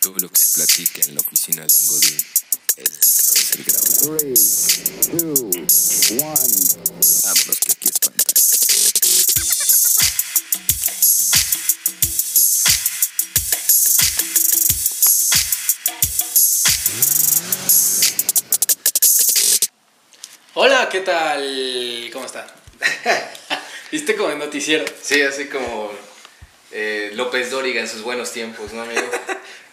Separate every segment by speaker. Speaker 1: Todo lo que se platica en la oficina de un godín es digno de ser grabado.
Speaker 2: 3, 2, 1.
Speaker 1: Vámonos que aquí espanta.
Speaker 3: Hola, ¿qué tal? ¿Cómo está? ¿Viste como en noticiero?
Speaker 4: Sí, así como eh, López Dóriga en sus buenos tiempos, ¿no, amigo?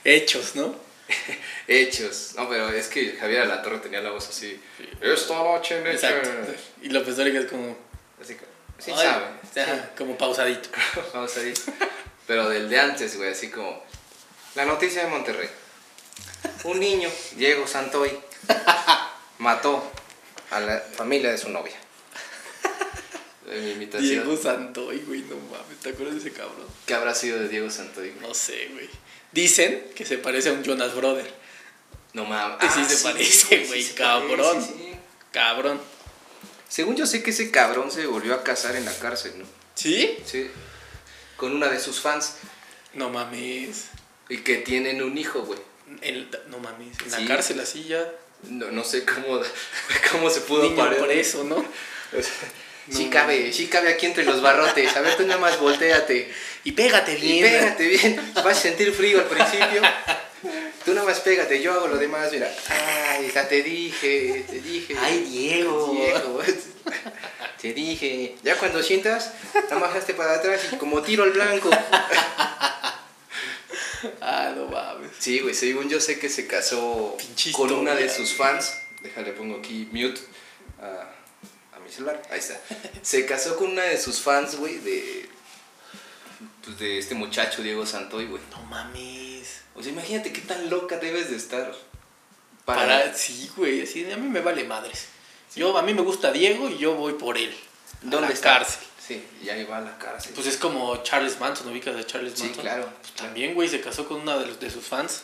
Speaker 3: Hechos, ¿no?
Speaker 4: Hechos. No, pero es que Javier Alatorre tenía la voz así. Esta noche en este-".
Speaker 3: Exacto. Y López Dóriga es como...
Speaker 4: Así que, sí
Speaker 3: Ay,
Speaker 4: sabe.
Speaker 3: ajá, Como pausadito.
Speaker 4: Vamos a ir. Pero del de antes, güey, así como. La noticia de Monterrey. Un niño, Diego Santoy, mató a la familia de su novia. Eh, Mi invitación.
Speaker 3: Diego Santoy, güey, no mames, ¿te acuerdas de ese cabrón?
Speaker 4: ¿Qué habrá sido de Diego Santoy? güey?
Speaker 3: No sé, güey. Dicen que se parece a un Jonas Brother.
Speaker 4: No mames. Ah,
Speaker 3: Que sí se parece,
Speaker 4: sí
Speaker 3: güey,
Speaker 4: se
Speaker 3: cabrón.
Speaker 4: parece, sí.
Speaker 3: Cabrón.
Speaker 4: Según yo sé que ese cabrón se volvió a casar en la cárcel, ¿no?
Speaker 3: ¿Sí?
Speaker 4: Sí. Con una de sus fans.
Speaker 3: No mames.
Speaker 4: Y que tienen un hijo, güey.
Speaker 3: En- no mames. En la
Speaker 4: Sí.
Speaker 3: cárcel así ya.
Speaker 4: No, no sé cómo, cómo se pudo
Speaker 3: Niño
Speaker 4: parar.
Speaker 3: preso, ¿no?
Speaker 4: sí cabe, sí cabe aquí entre los barrotes. A ver, tú nada más volteate.
Speaker 3: Y pégate
Speaker 4: Y
Speaker 3: bien.
Speaker 4: pégate bien. Vas a sentir frío al principio. Tú nada más pégate, yo hago lo demás, mira. Ay, ya te dije, te dije.
Speaker 3: Ay, Diego.
Speaker 4: Diego. Te dije. Ya cuando sientas, nada más hazte para atrás y como tiro al blanco.
Speaker 3: Ah, no mames.
Speaker 4: Sí, güey, según yo sé que se casó
Speaker 3: Pinche
Speaker 4: con una de
Speaker 3: historia.
Speaker 4: sus fans. Déjale, pongo aquí mute a, a mi celular. Ahí está. Se casó con una de sus fans, güey, de, pues, de este muchacho Diego Santoy, güey.
Speaker 3: No mames.
Speaker 4: O sea, imagínate qué tan loca debes de estar.
Speaker 3: Para,
Speaker 4: Para,
Speaker 3: sí, güey, así de, a mí me vale madres. Yo a mí me gusta Diego y yo voy por él. a
Speaker 4: ¿Dónde
Speaker 3: la
Speaker 4: está?
Speaker 3: cárcel.
Speaker 4: Sí, y ahí va a la cárcel.
Speaker 3: Pues es como Charles Manson, ubicas de Charles
Speaker 4: Sí,
Speaker 3: Manson.
Speaker 4: claro,
Speaker 3: Pues
Speaker 4: claro.
Speaker 3: También, güey, se casó con una de, los, de sus fans.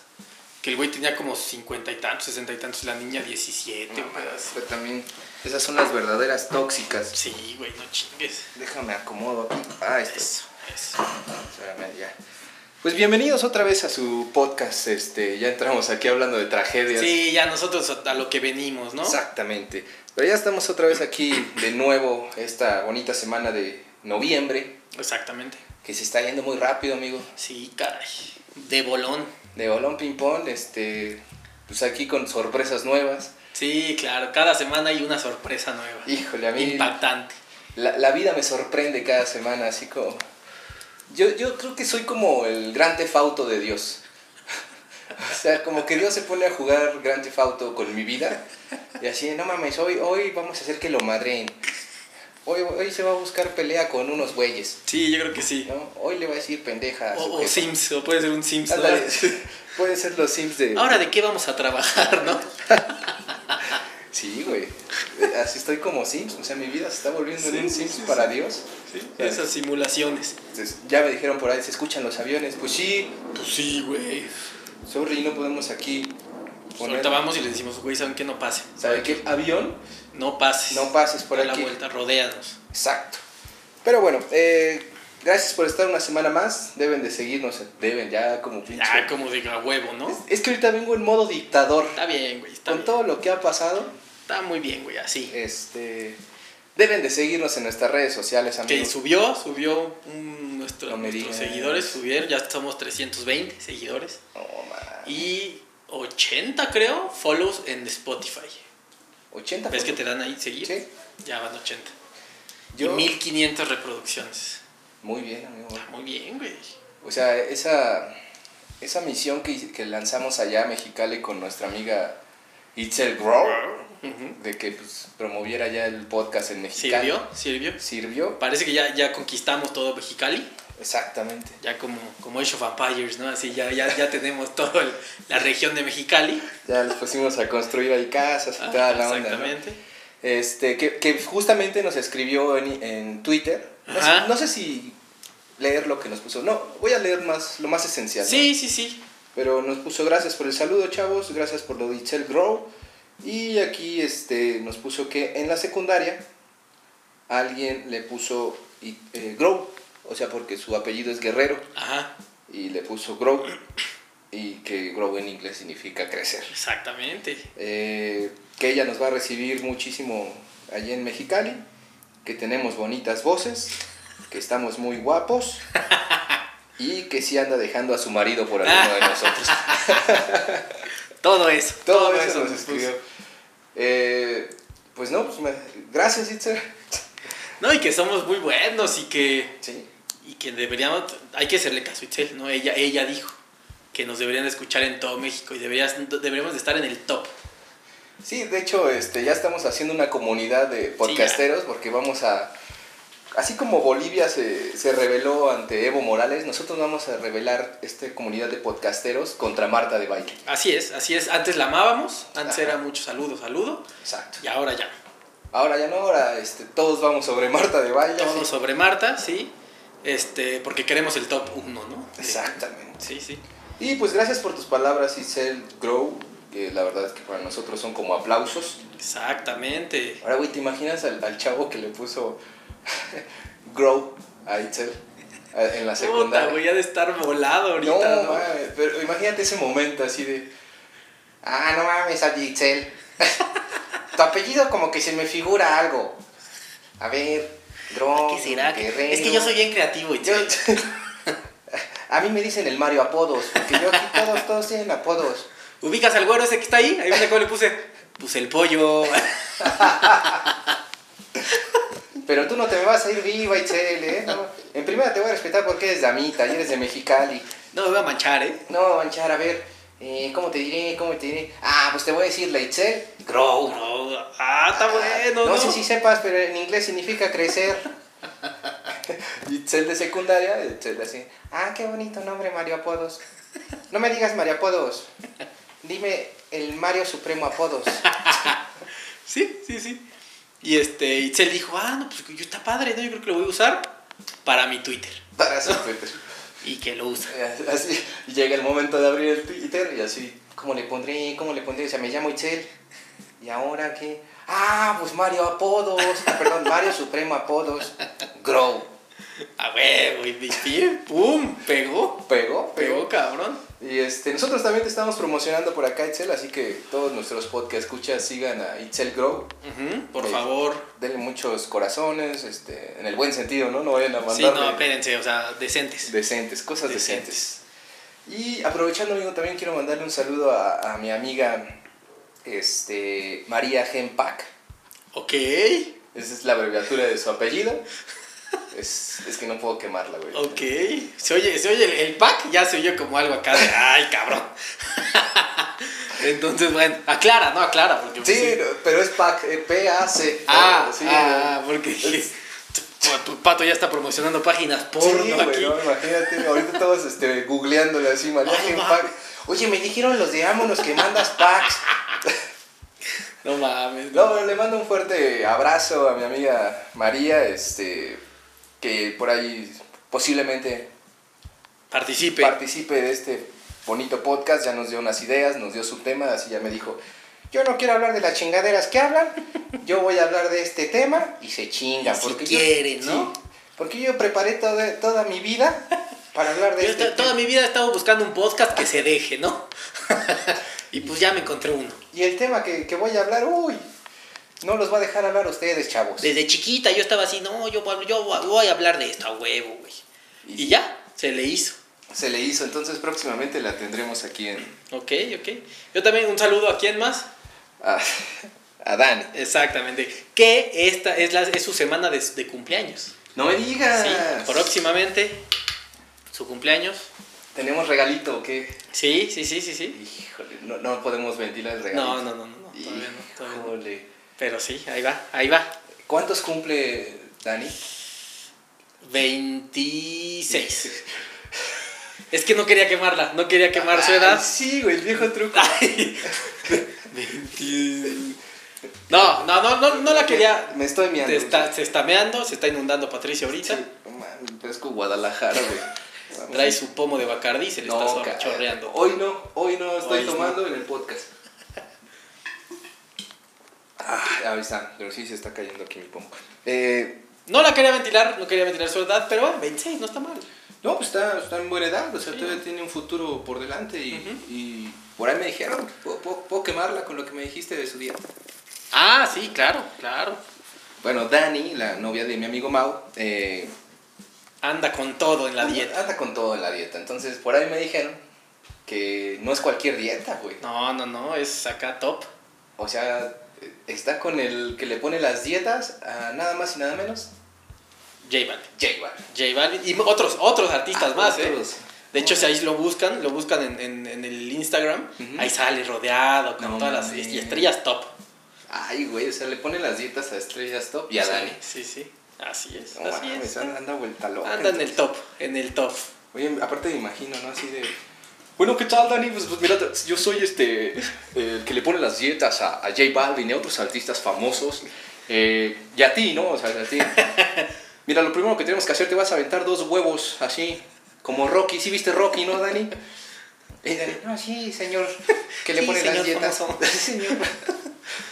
Speaker 3: Que el güey tenía como cincuenta y tantos, sesenta y tantos, y la niña diecisiete,
Speaker 4: No,
Speaker 3: güey.
Speaker 4: mames, güey, también. Esas son las verdaderas tóxicas.
Speaker 3: Sí, güey, no chingues.
Speaker 4: Déjame acomodo aquí. Ah, esto.
Speaker 3: Eso, eso.
Speaker 4: Espérame, ya. Pues bienvenidos otra vez a su podcast. Este, ya entramos aquí hablando de tragedias.
Speaker 3: Sí, ya nosotros a lo que venimos, ¿no?
Speaker 4: Exactamente. Pero ya estamos otra vez aquí de nuevo esta bonita semana de noviembre,
Speaker 3: Exactamente.
Speaker 4: que se está yendo muy rápido, amigo.
Speaker 3: Sí, caray. De bolón.
Speaker 4: De balón ping pong, este, pues aquí con sorpresas nuevas.
Speaker 3: Sí, claro, cada semana hay una sorpresa nueva.
Speaker 4: Híjole, a mí
Speaker 3: Impactante.
Speaker 4: la, la vida me sorprende cada semana, así como yo yo creo que soy como el gran tefauto de Dios. O sea, como que Dios se pone a jugar Gran Theft Auto con mi vida. Y así, no mames, hoy, hoy vamos a hacer que lo madreen. Hoy, hoy se va a buscar pelea con unos güeyes.
Speaker 3: Sí, yo creo que sí.
Speaker 4: ¿no? Hoy le va a decir pendeja. a Ah, su
Speaker 3: O, o
Speaker 4: jefa.
Speaker 3: Sims, o puede ser un Sims. ¿no? Ah.
Speaker 4: Ándale, Pueden ser los Sims de.
Speaker 3: Ahora, ¿de qué vamos a trabajar, no?
Speaker 4: Sí, güey. Así estoy como Sims. O sea, mi vida se está volviendo
Speaker 3: Sí,
Speaker 4: en un
Speaker 3: sí,
Speaker 4: Sims
Speaker 3: sí,
Speaker 4: para Dios.
Speaker 3: Esas simulaciones.
Speaker 4: Entonces, ya me dijeron por ahí, se escuchan los aviones. Pues sí,
Speaker 3: Pues sí, güey.
Speaker 4: Pues sorry, no podemos aquí poner.
Speaker 3: Pues Ahorita vamos y le decimos, güey, ¿saben qué? No pase.
Speaker 4: ¿Sabe qué? Avión.
Speaker 3: No pases.
Speaker 4: No pases por
Speaker 3: Da la
Speaker 4: aquí.
Speaker 3: vuelta, rodéanos.
Speaker 4: Exacto. Pero bueno, eh, gracias por estar una semana más. Deben de seguirnos. Deben ya como pinche.
Speaker 3: Ya, Ah, como diga huevo, ¿no?
Speaker 4: Es que ahorita vengo en modo dictador.
Speaker 3: Está bien, güey. Está,
Speaker 4: Con
Speaker 3: bien.
Speaker 4: todo lo que ha pasado,
Speaker 3: Está muy bien, güey, así.
Speaker 4: Este, deben de seguirnos en nuestras redes sociales,
Speaker 3: Que
Speaker 4: amigos.
Speaker 3: subió, subió mm, nuestro-
Speaker 4: No me
Speaker 3: nuestros
Speaker 4: digas.
Speaker 3: seguidores, subieron, ya somos 320 seguidores
Speaker 4: No, ma.
Speaker 3: y 80 creo follows en Spotify.
Speaker 4: 80
Speaker 3: ¿Ves que te dan ahí seguir?
Speaker 4: Sí.
Speaker 3: Ya van 80.
Speaker 4: Yo-
Speaker 3: Y 1500 reproducciones.
Speaker 4: Muy bien, amigo.
Speaker 3: Está muy bien, güey.
Speaker 4: O sea, esa, esa misión que, que lanzamos allá a Mexicali con nuestra amiga Itzel Grow,
Speaker 3: Ujú.
Speaker 4: de que pues, promoviera ya el podcast en Mexicali.
Speaker 3: Sirvió, sirvió.
Speaker 4: Sirvió.
Speaker 3: Parece que ya, ya conquistamos todo Mexicali,
Speaker 4: Exactamente.
Speaker 3: ya como, como Age of Empires, ¿no? Así ya, ya, ya tenemos toda la región de Mexicali.
Speaker 4: Ya les pusimos a construir ahí casas y toda la onda. ¿no?
Speaker 3: Ah, Exactamente.
Speaker 4: Este, que, que justamente nos escribió en, en Twitter. No
Speaker 3: Ajá.
Speaker 4: sé, no sé si leer lo que nos puso. No, voy a leer más lo más esencial. ¿no?
Speaker 3: Sí, sí, sí.
Speaker 4: Pero nos puso gracias por el saludo, chavos, gracias por lo de Itzel Grow. Y aquí este, nos puso que en la secundaria alguien le puso I- eh, Grow, o sea, porque su apellido es Guerrero,
Speaker 3: Ajá.
Speaker 4: y le puso Grow. y que grow en inglés significa crecer.
Speaker 3: Exactamente.
Speaker 4: Eh, que ella nos va a recibir muchísimo allí en Mexicali, que tenemos bonitas voces, que estamos muy guapos y que sí anda dejando a su marido por alguno de nosotros.
Speaker 3: Todo eso.
Speaker 4: Todo, eso, nos
Speaker 3: pues,
Speaker 4: escribió. Eh, pues no, pues me- gracias Itzer.
Speaker 3: No, y que somos muy buenos y que,
Speaker 4: Sí,
Speaker 3: y que deberíamos, hay que hacerle caso a Itzel, ¿no? Ella, ella dijo que nos deberían de escuchar en todo México y deberías, deberíamos de estar en el top.
Speaker 4: Sí, de hecho, este, ya estamos haciendo una comunidad de podcasteros porque vamos a... Así como Bolivia se, se rebeló ante Evo Morales, nosotros vamos a revelar esta comunidad de podcasteros contra Marta de Baile.
Speaker 3: Así es, así es. Antes la amábamos, antes
Speaker 4: Ajá.
Speaker 3: era mucho saludo, saludo,
Speaker 4: Exacto.
Speaker 3: y ahora ya.
Speaker 4: Ahora ya no, ahora este, todos vamos sobre Marta de Baile.
Speaker 3: Todo
Speaker 4: así.
Speaker 3: sobre Marta, sí, este, porque queremos el top 1, ¿no?
Speaker 4: Exactamente.
Speaker 3: Sí, sí.
Speaker 4: Y pues gracias por tus palabras, Isel Grow, que la verdad es que para nosotros son como aplausos.
Speaker 3: Exactamente.
Speaker 4: Ahora, güey, ¿te imaginas al, al chavo que le puso Grow a Itzel a- en la
Speaker 3: Puta,
Speaker 4: secundaria?
Speaker 3: güey, ya de estar volado
Speaker 4: No,
Speaker 3: ahorita, ¿no?
Speaker 4: mames, pero imagínate ese momento así de. Ah, no mames, Aditzel. tu apellido como que se me figura algo. A ver, Drone,
Speaker 3: ¿Qué será?
Speaker 4: Guerrero.
Speaker 3: Es que yo soy bien creativo,
Speaker 4: Yo-
Speaker 3: Itzel.
Speaker 4: a mí me dicen el Mario apodos, porque yo aquí todos, todos tienen apodos.
Speaker 3: ¿Ubicas al güero ese que está ahí? Ahí viene cómo le puse. Puse el pollo.
Speaker 4: Pero tú no te me vas a ir viva, Itzel, ¿eh? No, en primera te voy a respetar porque eres damita y eres de Mexicali.
Speaker 3: No me voy a manchar, ¿eh?
Speaker 4: No, manchar, a ver, eh, ¿cómo te diré? ¿Cómo te diré? Ah, pues te voy a decir la Itzel, Grow.
Speaker 3: No. Ah, está bueno, ¿no?
Speaker 4: No sé si sepas, pero en inglés significa crecer. Itzel de secundaria, eh, Itzel de así. Ah, qué bonito nombre, Mario Apodos. No me digas Mario Apodos. Dime el Mario Supremo Apodos.
Speaker 3: Sí, sí, sí. Y este, Itzel dijo, ah, no, pues yo está padre, ¿no? Yo creo que lo voy a usar para mi Twitter.
Speaker 4: Para su Twitter.
Speaker 3: Y que lo usa.
Speaker 4: Así y llega el momento de abrir el Twitter y así. ¿Cómo le pondré? ¿Cómo le pondré? O sea, me llamo Itzel. ¿Y ahora qué? Ah, pues Mario Apodos. Ah, Perdón, Mario Supremo Apodos. Grow.
Speaker 3: A huevo, y mi pie, pum, pegó.
Speaker 4: Pegó,
Speaker 3: Pegó, cabrón.
Speaker 4: Y este, nosotros también te estamos promocionando por acá, Itzel, así que todos nuestros podcast escuchas sigan a Itzel Grow.
Speaker 3: Ujú, por
Speaker 4: Sí.
Speaker 3: favor.
Speaker 4: Denle muchos corazones, este, en el buen sentido, ¿no? No vayan a
Speaker 3: Sí,
Speaker 4: mandar
Speaker 3: no, espérense, o sea, decentes.
Speaker 4: decentes, cosas decentes. Y aprovechando, amigo, también quiero mandarle un saludo a, a mi amiga este, María Genpak.
Speaker 3: Ok.
Speaker 4: Esa es la abreviatura de su apellido. Es, es que no puedo quemarla, güey.
Speaker 3: Ok. Se oye, se oye el, el pack, ya se oyó como algo acá de, ay, cabrón. Entonces, bueno, aclara, no aclara, porque
Speaker 4: Sí,
Speaker 3: pues, sí.
Speaker 4: no, pero es PAC, eh, P-A-C.
Speaker 3: Ah,
Speaker 4: Sí,
Speaker 3: ah, porque dije, tu pato ya está promocionando páginas porno
Speaker 4: sí, güey,
Speaker 3: aquí.
Speaker 4: no, imagínate, ahorita todos este, googleándole así, María
Speaker 3: Ay,
Speaker 4: Gen
Speaker 3: va.
Speaker 4: Pack. Oye, me dijeron los de Ámonos que mandas packs.
Speaker 3: No, mames.
Speaker 4: No, pero le mando un fuerte abrazo a mi amiga María, este, que por ahí posiblemente
Speaker 3: Participe.
Speaker 4: participe de este bonito podcast, ya nos dio unas ideas, nos dio su tema, así ya me dijo, yo no quiero hablar de las chingaderas que hablan, yo voy a hablar de este tema y se chinga.
Speaker 3: Si
Speaker 4: porque
Speaker 3: quieren,
Speaker 4: yo,
Speaker 3: ¿no?
Speaker 4: sí, porque yo preparé toda, toda mi vida para hablar de
Speaker 3: Yo
Speaker 4: este
Speaker 3: to- toda mi vida he estado buscando un podcast que se deje, ¿no? y pues ya me encontré uno.
Speaker 4: Y el tema que, que voy a hablar, uy, no los va a dejar hablar ustedes, chavos.
Speaker 3: Desde chiquita yo estaba así, no, yo, voy- yo voy- voy a hablar de esto a huevo, güey. Y ya, se le hizo.
Speaker 4: Se le hizo, entonces próximamente la tendremos aquí en...
Speaker 3: Ok, ok. Yo también un saludo a quién más.
Speaker 4: A, a Dani.
Speaker 3: Exactamente. Que esta es, la, es su semana de, de cumpleaños.
Speaker 4: No me digas.
Speaker 3: Sí, próximamente su cumpleaños.
Speaker 4: Tenemos regalito, ¿o ¿qué?
Speaker 3: Sí, sí, sí, sí, sí.
Speaker 4: Híjole, no, no podemos ventilar el regalito.
Speaker 3: No, no, no, no, no, todavía no, todavía no.
Speaker 4: Híjole.
Speaker 3: Pero sí, ahí va, ahí va.
Speaker 4: ¿Cuántos cumple Dani?
Speaker 3: 26. es que no quería quemarla, no quería quemar su edad.
Speaker 4: Ay, sí, güey, el viejo truco.
Speaker 3: Ay. No, no, no, no, no la quería.
Speaker 4: Me estoy miando.
Speaker 3: Te está- se está meando, se está inundando Patricia
Speaker 4: Sí,
Speaker 3: ahorita.
Speaker 4: no mames, parezco Guadalajara, güey.
Speaker 3: Trae su pomo de Bacardí y se le está
Speaker 4: ca-
Speaker 3: chorreando.
Speaker 4: Hoy no, hoy no estoy
Speaker 3: Hoy no.
Speaker 4: tomando en el podcast. Ah, ahí está, pero sí se está cayendo aquí mi pomo. Eh,
Speaker 3: No la quería ventilar, no quería ventilar su edad, pero bueno, 26, no está mal.
Speaker 4: No, pues está, está en buena edad, o sea, todavía tiene un futuro por delante y, y por ahí me dijeron, ¿puedo, puedo, puedo quemarla con lo que me dijiste de su día?
Speaker 3: Ah, sí, claro, claro.
Speaker 4: Bueno, Dani, la novia de mi amigo Mau, eh,
Speaker 3: Anda con todo en la
Speaker 4: anda-
Speaker 3: dieta.
Speaker 4: Anda con todo en la dieta, entonces por ahí me dijeron que no es cualquier dieta, güey.
Speaker 3: No, no, no, es acá top.
Speaker 4: O sea, está con el que le pone las dietas a nada más y nada menos
Speaker 3: J Balvin.
Speaker 4: J Balvin.
Speaker 3: J Balvin y otros, otros artistas más, ¿eh?
Speaker 4: Ah, Otros.
Speaker 3: De hecho, si ahí lo buscan, lo buscan en, en- en el Instagram,
Speaker 4: Ujú.
Speaker 3: ahí sale rodeado con
Speaker 4: No
Speaker 3: todas las
Speaker 4: mames.
Speaker 3: est- y estrellas top.
Speaker 4: Ay, güey, o sea, le pone las dietas a estrellas top y a
Speaker 3: Sí,
Speaker 4: Dani.
Speaker 3: Sí, sí. Así es,
Speaker 4: No
Speaker 3: así
Speaker 4: mames,
Speaker 3: es.
Speaker 4: anda, anda vuelta loca.
Speaker 3: Anda en el top, en el top.
Speaker 4: Oye, aparte me imagino, ¿no? Así de... Bueno, ¿qué tal, Dani? Pues, pues mira, yo soy este, el que le pone las dietas a, a J Balvin y a otros artistas famosos. Eh, y a ti, ¿no? O sea, a ti. Mira, lo primero que tenemos que hacer, te vas a aventar dos huevos así, como Rocky. ¿Sí viste Rocky, no, Dani? Eh, Dani, no, sí, señor. Que le
Speaker 3: Sí,
Speaker 4: pone las
Speaker 3: señor
Speaker 4: dietas.
Speaker 3: famoso.
Speaker 4: señor.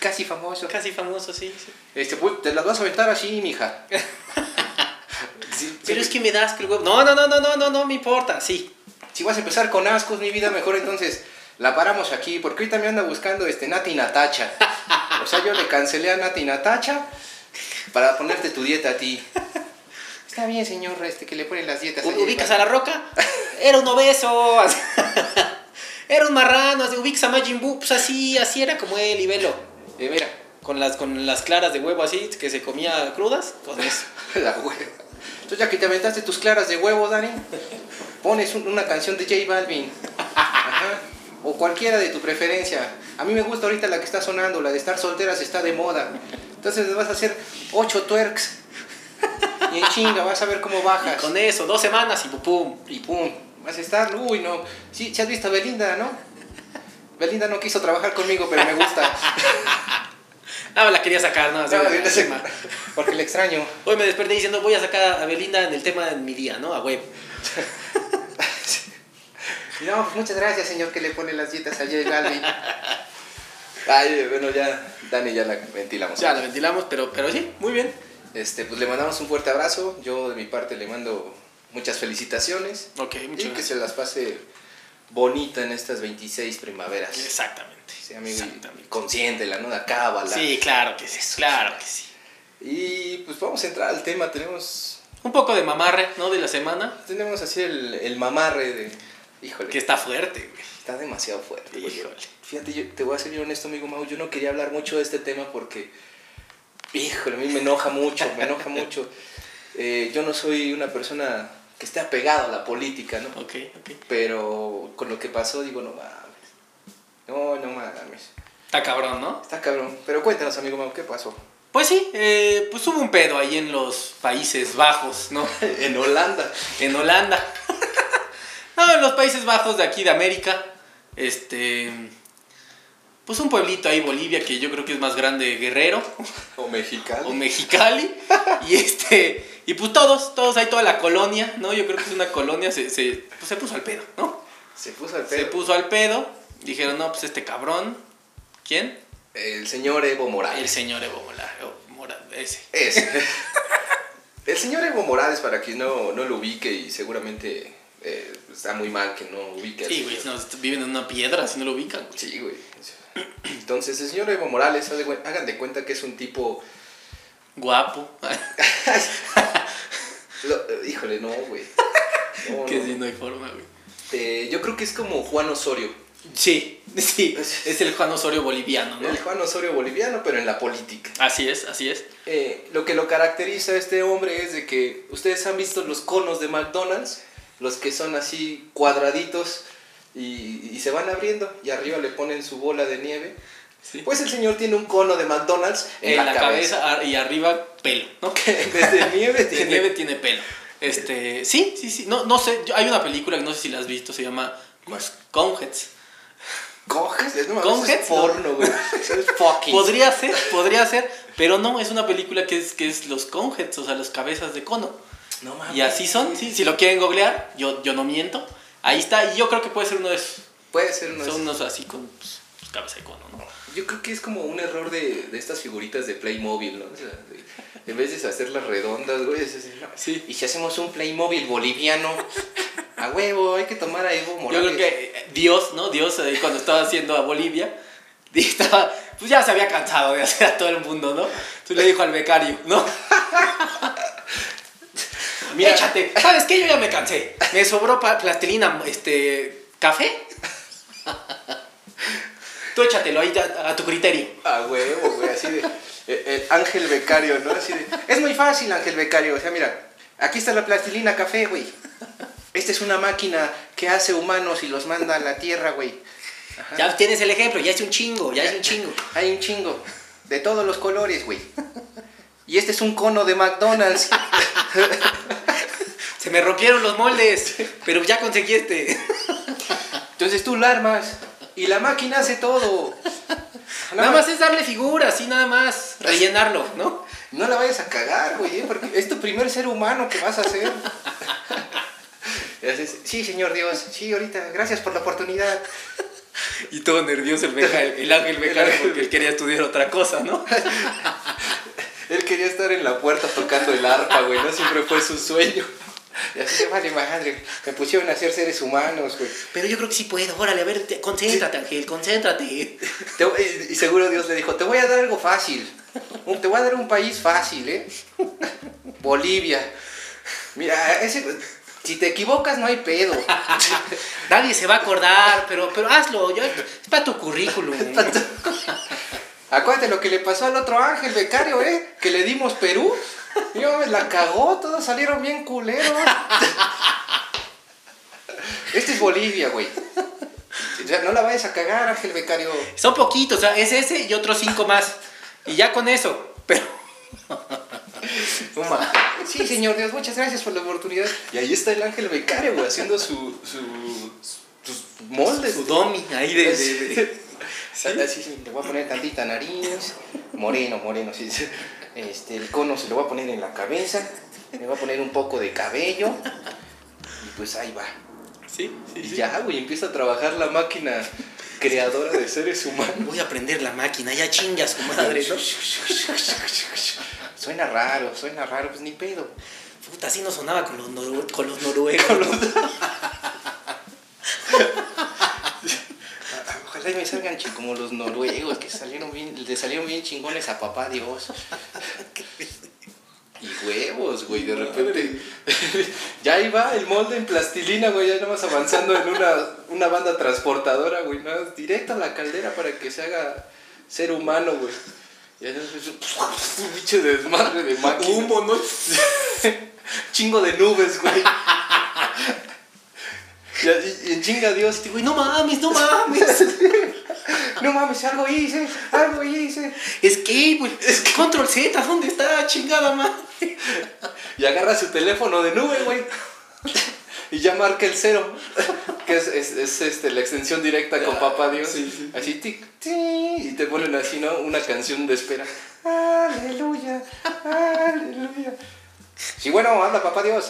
Speaker 4: Casi famoso.
Speaker 3: Casi famoso, sí. sí.
Speaker 4: Este, pues, te las vas a aventar así, mija. Sí,
Speaker 3: Pero
Speaker 4: sí.
Speaker 3: es que me das que el huevo. No, no, no, no, no, no, no me importa, sí.
Speaker 4: Si vas a empezar con ascos, mi vida, mejor entonces la paramos aquí, porque ahorita me anda buscando este Nati Natacha. O sea, yo le cancelé a Nati Natacha para ponerte tu dieta a ti. Está bien, señor, este que le ponen las dietas.
Speaker 3: U- ubicas a la roca, era un obeso, así. era un marrano, así, ubicas a Majin Buu, pues así, así era como él y velo.
Speaker 4: Eh, mira,
Speaker 3: Con las, con las claras de huevo así, que se comía crudas, con eso.
Speaker 4: la hueva. Entonces, ya que te aventaste tus claras de huevo, Dani, pones un- una canción de J Balvin. Ajá. O cualquiera de tu preferencia. A mí me gusta ahorita la que está sonando, la de estar solteras está de moda. Entonces vas a hacer ocho twerks. Y en chinga, vas a ver cómo
Speaker 3: Y
Speaker 4: bajas.
Speaker 3: con eso, dos semanas y pum, pum.
Speaker 4: Y pum, vas a estar. Uy, no. Sí, sí has visto a Belinda, ¿no? Belinda no quiso trabajar conmigo, pero me gusta.
Speaker 3: Ah, me la quería sacar, ¿no? Así,
Speaker 4: No,
Speaker 3: de- encima.
Speaker 4: Porque le extraño.
Speaker 3: Hoy me desperté diciendo, voy a sacar a Belinda en el tema de mi día, ¿no? A huevo.
Speaker 4: No, pues muchas gracias, señor, que le pone las dietas a J Balvin. Ay, bueno, ya, Dani, ya la ventilamos.
Speaker 3: Ya la ventilamos, pero, pero sí, muy bien.
Speaker 4: Este, pues le mandamos un fuerte abrazo. Yo, de mi parte, le mando muchas felicitaciones.
Speaker 3: Ok,
Speaker 4: Y
Speaker 3: muchas
Speaker 4: que
Speaker 3: gracias.
Speaker 4: se las pase bonita en estas 26 primaveras.
Speaker 3: Exactamente.
Speaker 4: Sí, amigo, y
Speaker 3: Exactamente.
Speaker 4: consiéntela, ¿no? Acábala.
Speaker 3: Sí, claro que sí, claro que sí.
Speaker 4: Y pues vamos a entrar al tema. Tenemos,
Speaker 3: Un poco de mamarre, ¿no? De la semana.
Speaker 4: tenemos así el, el mamarre de. Híjole,
Speaker 3: Que está fuerte, güey.
Speaker 4: está demasiado fuerte. güey.
Speaker 3: Híjole.
Speaker 4: Fíjate, yo, te voy a ser bien honesto, amigo Mau. Yo no quería hablar mucho de este tema porque, híjole, a mí me enoja mucho, me enoja mucho. Eh, yo no soy una persona que esté apegado a la política, ¿no?
Speaker 3: Ok, ok.
Speaker 4: Pero con lo que pasó, digo, no mames. No, no mames.
Speaker 3: Está cabrón, ¿no?
Speaker 4: Está cabrón. Pero cuéntanos, amigo Mau, ¿qué pasó?
Speaker 3: Pues sí, eh, pues hubo un pedo ahí en los Países Bajos, ¿no?
Speaker 4: En Holanda.
Speaker 3: en Holanda. no, en los Países Bajos de aquí de América. Este. Pues un pueblito ahí, Bolivia, que yo creo que es más grande Guerrero
Speaker 4: O
Speaker 3: o
Speaker 4: mexicano.
Speaker 3: Mexicali. Y este. Y pues todos, todos ahí, toda la colonia, ¿no? Yo creo que es una colonia, se, se, pues se puso al pedo, ¿no?
Speaker 4: Se puso el
Speaker 3: Se
Speaker 4: pedo.
Speaker 3: puso al pedo. Dijeron, no, pues este cabrón. ¿Quién?
Speaker 4: El señor Evo
Speaker 3: El
Speaker 4: Morales.
Speaker 3: señor Evo Mola- Evo Morales. ese.
Speaker 4: Ese. El señor Evo Morales, para quien no, no lo ubique y seguramente eh, está muy mal que no ubique al
Speaker 3: Sí, güey,
Speaker 4: señor.
Speaker 3: no, viven en una piedra, si no lo ubican, güey.
Speaker 4: Sí, güey. Entonces, el señor Evo Morales, haz de cuen- hagan de cuenta que es un tipo.
Speaker 3: Guapo.
Speaker 4: lo- eh, híjole, no, güey. No,
Speaker 3: que
Speaker 4: no.
Speaker 3: sí, no hay forma, güey.
Speaker 4: Eh, yo creo que es como Juan Osorio.
Speaker 3: Sí, sí, es el Juan Osorio boliviano, ¿no?
Speaker 4: El Juan Osorio boliviano, pero en la política.
Speaker 3: Así es, así es.
Speaker 4: Eh, lo que lo caracteriza a este hombre es de que ustedes han visto los conos de McDonald's, los que son así cuadraditos y, y se van abriendo y arriba le ponen su bola de nieve.
Speaker 3: Sí.
Speaker 4: Pues el señor tiene un cono de McDonald's en, la, cabeza.
Speaker 3: ar- y arriba pelo, ¿no?
Speaker 4: En vez de nieve
Speaker 3: De
Speaker 4: tiene
Speaker 3: nieve tiene pelo. Este, sí, sí, sí. No, no sé, yo- hay una película que no sé si la has visto, se llama Los Conheads.
Speaker 4: Coges, es, no,
Speaker 3: Coges,
Speaker 4: mames, es
Speaker 3: no.
Speaker 4: porno, güey. Eso es fucking.
Speaker 3: Podría ser, podría ser, pero no, es una película que es, que es Los Conheads, o sea, los cabezas de cono.
Speaker 4: No mames.
Speaker 3: Y así son, sí, si lo quieren googlear, yo, yo no miento. Ahí está, y yo creo que puede ser uno de esos.
Speaker 4: Puede ser uno de
Speaker 3: Son
Speaker 4: esos.
Speaker 3: unos así con pues, pues, cabeza de cono, ¿no?
Speaker 4: Yo creo que es como un error de, de estas figuritas de Playmobil, ¿no? O sea, de- en vez de hacerlas redondas, güey, es así, ¿no?
Speaker 3: Sí.
Speaker 4: Y si hacemos un Playmobil boliviano, a huevo, hay que tomar a Evo
Speaker 3: Yo
Speaker 4: Morales.
Speaker 3: creo que eh, Dios, ¿no? Dios eh, cuando estaba haciendo a Bolivia, estaba, pues ya se había cansado de hacer a todo el mundo, ¿no? Entonces le dijo al becario, ¿no? Mira, échate, ¿sabes qué? Yo ya me cansé. Me sobró pa- plastilina, este, café. Tú échatelo ahí a, a tu criterio.
Speaker 4: A huevo, güey, así de. eh, eh, ángel Becario, ¿no? Así de. Es muy fácil, Ángel Becario. O sea, mira, aquí está la plastilina café, güey. Esta es una máquina que hace humanos y los manda a la tierra, güey.
Speaker 3: Ya tienes el ejemplo, ya es un chingo, ya es un chingo.
Speaker 4: Hay un chingo. De todos los colores, güey. Y este es un cono de McDonald's.
Speaker 3: Se me rompieron los moldes, pero ya conseguí este.
Speaker 4: Entonces tú la armas y la máquina hace todo.
Speaker 3: Nada más es darle figura, así nada más, rellenarlo, ¿no?
Speaker 4: No la vayas a cagar, güey, ¿eh? porque es tu primer ser humano que vas a ser. Y haces, sí, señor Dios, sí, ahorita, gracias por la oportunidad.
Speaker 3: Y todo nervioso el, beca- el ángel becario porque él quería estudiar otra cosa, ¿no?
Speaker 4: Él quería estar en la puerta tocando el arpa, güey, no siempre fue su sueño. Y así, vale, madre, me pusieron a ser seres humanos, güey.
Speaker 3: Pero yo creo que sí puedo, órale, a ver, te- concéntrate, Ángel, concéntrate.
Speaker 4: Te- y seguro Dios le dijo, te voy a dar algo fácil. Un- Te voy a dar un país fácil, ¿eh? Bolivia. Mira, ese, si te equivocas no hay pedo.
Speaker 3: Nadie se va a acordar, pero, pero hazlo, yo- es para tu currículum.
Speaker 4: Acuérdate lo que le pasó al otro ángel becario, ¿eh? Que le dimos Perú. Yo la cagó, todos salieron bien culeros. Este es Bolivia, güey. O sea, no la vayas a cagar, ángel becario.
Speaker 3: Son poquitos, o sea, es ese y otros cinco más. Y ya con eso, pero
Speaker 4: Toma. Sí, señor Dios, muchas gracias por la oportunidad. Y ahí está el ángel becario, güey, haciendo su, su, sus moldes.
Speaker 3: su domi ahí de... de- de-
Speaker 4: Sí, sí, sí, le voy a poner tantita nariz, moreno, moreno, sí, sí. Este, el cono se lo voy a poner en la cabeza, le voy a poner un poco de cabello y pues ahí va.
Speaker 3: Sí, sí,
Speaker 4: Y
Speaker 3: sí.
Speaker 4: ya, güey, empieza a trabajar la máquina creadora de seres humanos.
Speaker 3: Voy a aprender la máquina, ya chinga su madre, ¿no?
Speaker 4: Suena raro, suena raro, pues ni pedo.
Speaker 3: Puta, así no sonaba con los, nor- con los noruegos. ¿no?
Speaker 4: Ojalá y me salgan chin- como los noruegos que salieron bien, le salieron bien chingones a papá Dios. Y huevos, güey, de repente. ya ahí va el molde en plastilina, güey, ya nada más avanzando en una, una banda transportadora, güey, nada más directo a la caldera para que se haga ser humano, güey. Y ahí es un bicho desmadre de máquina.
Speaker 3: Humo, ¿no?
Speaker 4: Chingo de nubes, güey. Y, así- y en chinga Dios,
Speaker 3: Güey, no mames, no mames.
Speaker 4: No mames, algo hice, algo hice.
Speaker 3: Escape, güey. Control Z, ¿dónde está? Chingada madre.
Speaker 4: Y agarra su teléfono de nube, güey. Y ya marca el cero, que es, es- es, este, la extensión directa
Speaker 3: Ah,
Speaker 4: con Papá Dios. Así, tic, tic, y te ponen así, ¿no? Una canción de espera. Aleluya, aleluya. Sí, bueno, anda, Papá Dios.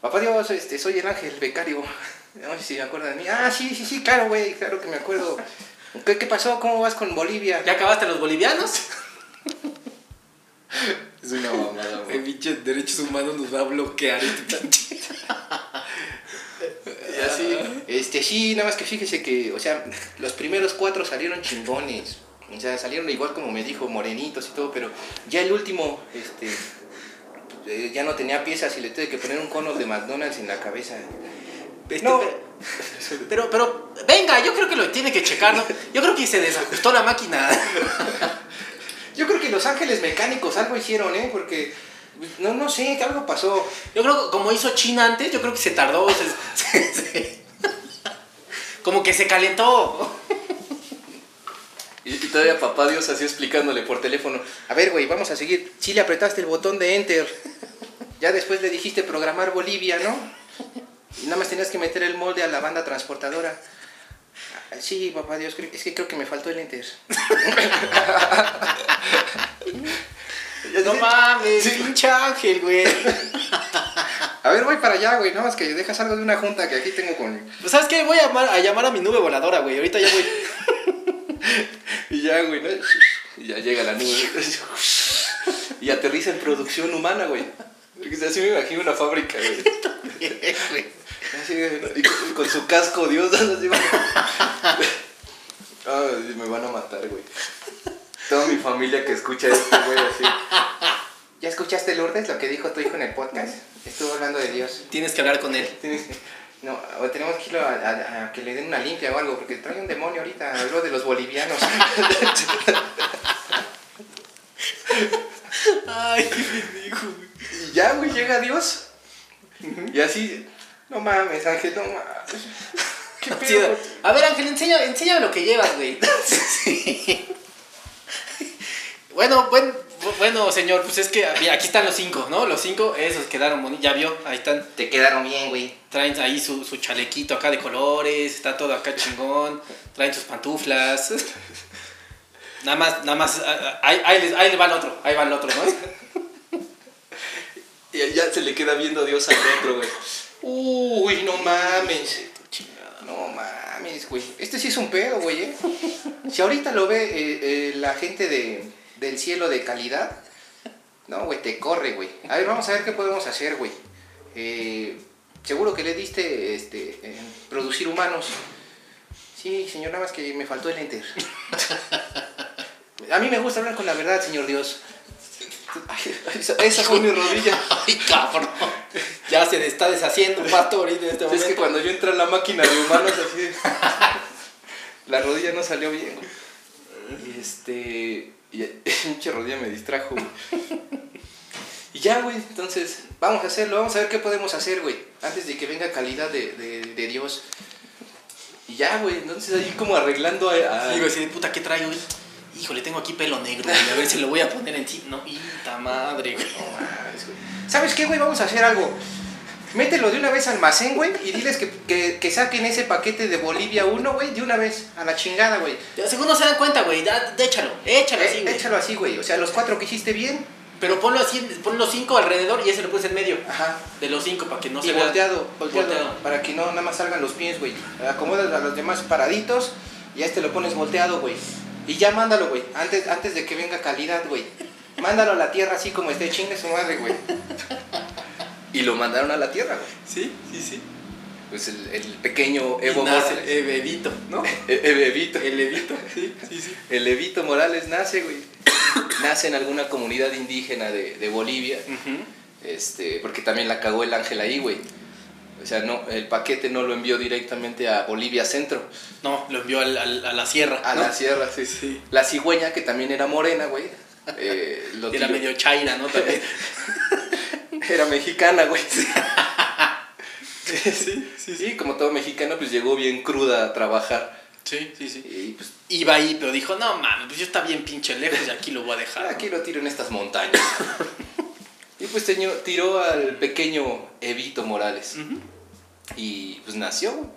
Speaker 4: Papá Dios, este, soy el ángel becario. No sé si me acuerdan de mí. Ah, sí, sí, sí, claro, güey, claro que me acuerdo. ¿Qué, ¿Qué pasó? ¿Cómo vas con Bolivia?
Speaker 3: ¿Ya acabaste los bolivianos?
Speaker 4: Es una mamada,
Speaker 3: pinche derechos humanos nos va a bloquear este pinche.
Speaker 4: Y así, este, sí, nada más que fíjese que, o sea, los primeros cuatro salieron chingones. O sea, salieron igual como me dijo, morenitos y todo, pero ya el último, este, eh, ya no tenía piezas y le tuve que poner un cono de McDonald's en la cabeza.
Speaker 3: Este,
Speaker 4: No.
Speaker 3: pero- Pero, pero, venga, yo creo que lo tiene que checar, ¿no? Yo creo que se desajustó la máquina.
Speaker 4: Yo creo que los ángeles mecánicos algo hicieron, ¿eh? Porque, no, no sé, algo pasó.
Speaker 3: Yo creo que como hizo China antes, yo creo que se tardó. se- se- se- como que se calentó.
Speaker 4: Y, y todavía papá Dios así explicándole por teléfono. A ver, güey, vamos a seguir. Sí le apretaste el botón de Enter. Ya después le dijiste programar Bolivia, ¿no? Y nada más tenías que meter el molde a la banda transportadora. Ah, Sí, papá Dios, creo- es que creo que me faltó el Enter.
Speaker 3: No mames,
Speaker 4: Sí.
Speaker 3: pinche ángel, güey.
Speaker 4: A ver, voy para allá, güey. Nada más que dejas algo de una junta que aquí tengo con...
Speaker 3: Pues, ¿sabes qué? Voy a llamar a, llamar a mi nube voladora, güey. Ahorita ya voy.
Speaker 4: Y ya, güey, ¿no? Y ya llega la nube. Y aterriza en producción humana, güey. Así me imagino una fábrica, güey. Así, güey, ¿no? Y con- con su casco, Dios, así, güey. Ay, Ah, me van a matar, güey. Toda mi familia que escucha esto, güey, así. ¿Ya escuchaste, Lourdes, lo que dijo tu hijo en el podcast? Estuvo hablando de Dios.
Speaker 3: Tienes que hablar con él.
Speaker 4: Tienes- No, o tenemos que irlo a, a- a que le den una limpia o algo, porque trae un demonio ahorita, algo de los bolivianos.
Speaker 3: Ay, qué pendejo, güey.
Speaker 4: Y ya, güey, llega Dios. Y así, no mames, Ángel, no mames. ¿Qué
Speaker 3: Sí,
Speaker 4: pedo?
Speaker 3: a ver, Ángel, enseña, enséñame lo que llevas, güey. Sí. Bueno, buen- bu- bueno, señor, pues es que mira, aquí están los cinco, ¿no? Los cinco, esos quedaron bonitos. Ya vio, ahí están.
Speaker 4: Te quedaron bien, güey.
Speaker 3: Traen ahí su, su chalequito acá de colores, está todo acá chingón. Traen sus pantuflas. Nada más, nada más, ah, ah, ahí, ahí, les- ahí le va el otro, ahí va el otro, ¿no?
Speaker 4: Y ya se le queda viendo Dios al otro, güey. Uy, no mames. No mames, güey. Este sí es un pedo, güey, ¿eh? Si ahorita lo ve eh, eh, la gente de, del cielo de calidad, no, güey, te corre, güey. A ver, vamos a ver qué podemos hacer, güey. Eh, seguro que le diste este, eh, producir humanos. Sí, señor, nada más que me faltó el enter. A mí me gusta hablar con la verdad, señor Dios. Ay, esa- esa fue mi rodilla.
Speaker 3: Ay, cabrón. Ya se le está deshaciendo, pato, ahorita en este
Speaker 4: Es
Speaker 3: momento.
Speaker 4: que cuando yo entré a la máquina de humanos así de- La rodilla no salió bien, güey. Y este... Y pinche rodilla me distrajo, güey. Y ya, güey, entonces... Vamos a hacerlo, vamos a ver qué podemos hacer, güey. Antes de que venga calidad de, de- de Dios. Y ya, güey, entonces ahí como arreglando a... a-
Speaker 3: Y iba así de puta, ¿qué traigo? Híjole, tengo aquí pelo negro, güey. A ver si lo voy a poner en ti. No, hita madre, güey.
Speaker 4: No mames, güey. ¿Sabes qué, güey? Vamos a hacer algo. Mételo de una vez al almacén, güey, y diles que, que- que saquen ese paquete de Bolivia 1, güey, de una vez, a la chingada, güey.
Speaker 3: Ya, Según no se dan cuenta, güey. Ya, de- échalo, échalo
Speaker 4: Eh,
Speaker 3: así, güey.
Speaker 4: échalo así, güey. O sea, los cuatro que hiciste bien.
Speaker 3: Pero ponlo así, en- pon los cinco alrededor y ese lo pones en medio.
Speaker 4: Ajá.
Speaker 3: De los cinco para que no
Speaker 4: y
Speaker 3: se vea.
Speaker 4: volteado, volteado,
Speaker 3: Volteado.
Speaker 4: Para que no nada más salgan los pies, güey. Acomodas a los demás paraditos y a este lo pones volteado, güey. Y ya mándalo, güey. Antes, antes de que venga calidad, güey. Mándalo a la tierra así como esté, chingue su madre, güey. Y lo mandaron a la tierra, güey.
Speaker 3: Sí, sí, sí.
Speaker 4: Pues el, el pequeño
Speaker 3: Evo
Speaker 4: Evo
Speaker 3: nace,
Speaker 4: Morales.
Speaker 3: eh, Bebito, ¿no?
Speaker 4: E- e- Evito.
Speaker 3: El Evito, sí, sí, sí.
Speaker 4: El Evito Morales nace, güey. nace en alguna comunidad indígena de, de Bolivia. Este, porque también la cagó el Ángel ahí, güey. O sea, no, el paquete no lo envió directamente a Bolivia Centro,
Speaker 3: No, lo envió al- al- a la sierra.
Speaker 4: a
Speaker 3: ¿no?
Speaker 4: la sierra, sí, sí.
Speaker 3: Sí.
Speaker 4: La cigüeña, que también era morena, güey. eh, lo
Speaker 3: Era
Speaker 4: tiró-
Speaker 3: medio chaira, ¿no? También.
Speaker 4: era mexicana, güey.
Speaker 3: sí, sí,
Speaker 4: Sí, como todo mexicano, pues llegó bien cruda a trabajar.
Speaker 3: Sí, sí, sí.
Speaker 4: Y pues,
Speaker 3: Iba ahí, pero dijo, no mames, pues yo está bien pinche lejos y aquí lo voy a dejar.
Speaker 4: aquí lo tiro en estas montañas. y pues teño- tiró al pequeño Evito Morales.
Speaker 3: Ujú.
Speaker 4: Y pues nació, güey.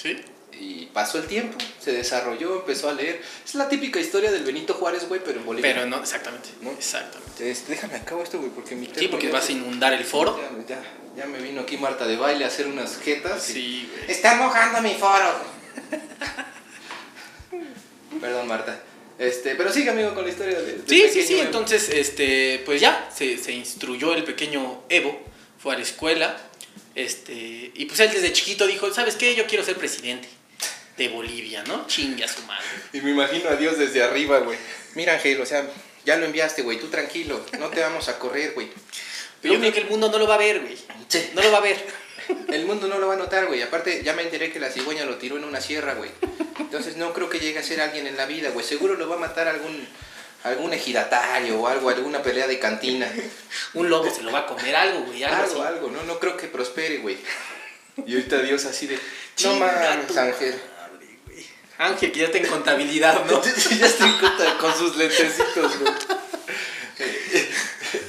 Speaker 3: Sí.
Speaker 4: Y pasó el tiempo, se desarrolló, empezó a leer. Es la típica historia del Benito Juárez, güey, pero en Bolivia.
Speaker 3: Pero no, exactamente.
Speaker 4: ¿No?
Speaker 3: Exactamente.
Speaker 4: Entonces, Este, déjame acabo esto, güey, porque mi
Speaker 3: Sí,
Speaker 4: tema
Speaker 3: porque
Speaker 4: ya
Speaker 3: vas a
Speaker 4: se-
Speaker 3: inundar el foro.
Speaker 4: Ya, ya, ya me vino aquí Marta de baile a hacer unas jetas.
Speaker 3: Sí, güey.
Speaker 4: Está mojando mi foro. Perdón, Marta. Este, pero sigue, amigo, con la historia de. del
Speaker 3: Sí, sí,
Speaker 4: pequeño
Speaker 3: sí.
Speaker 4: Evo.
Speaker 3: Entonces, este, pues ya, se, se instruyó el pequeño Evo, fue a la escuela. Este, y pues él desde chiquito dijo, ¿sabes qué? Yo quiero ser presidente de Bolivia, ¿no? Chingue a su madre.
Speaker 4: Y me imagino a Dios desde arriba, güey. Mira, Ángel, o sea, ya lo enviaste, güey, tú tranquilo. No te vamos a correr, güey.
Speaker 3: Pero yo creo que el mundo no lo va a ver, güey.
Speaker 4: Sí.
Speaker 3: No lo va a ver.
Speaker 4: El mundo no lo va a notar, güey. Aparte, ya me enteré que la cigüeña lo tiró en una sierra, güey. Entonces no creo que llegue a ser alguien en la vida, güey. Seguro lo va a matar algún algún ejidatario o algo, alguna pelea de cantina.
Speaker 3: Un lobo se lo va a comer algo, güey. Algo,
Speaker 4: Algo,
Speaker 3: así.
Speaker 4: algo, no, no creo que prospere, güey. Y ahorita Dios así de... No
Speaker 3: Chinga
Speaker 4: mames,
Speaker 3: tu
Speaker 4: Ángel.
Speaker 3: madre, güey. Ángel, que ya está en contabilidad, ¿no?
Speaker 4: Ya estoy con, con sus lentecitos, güey.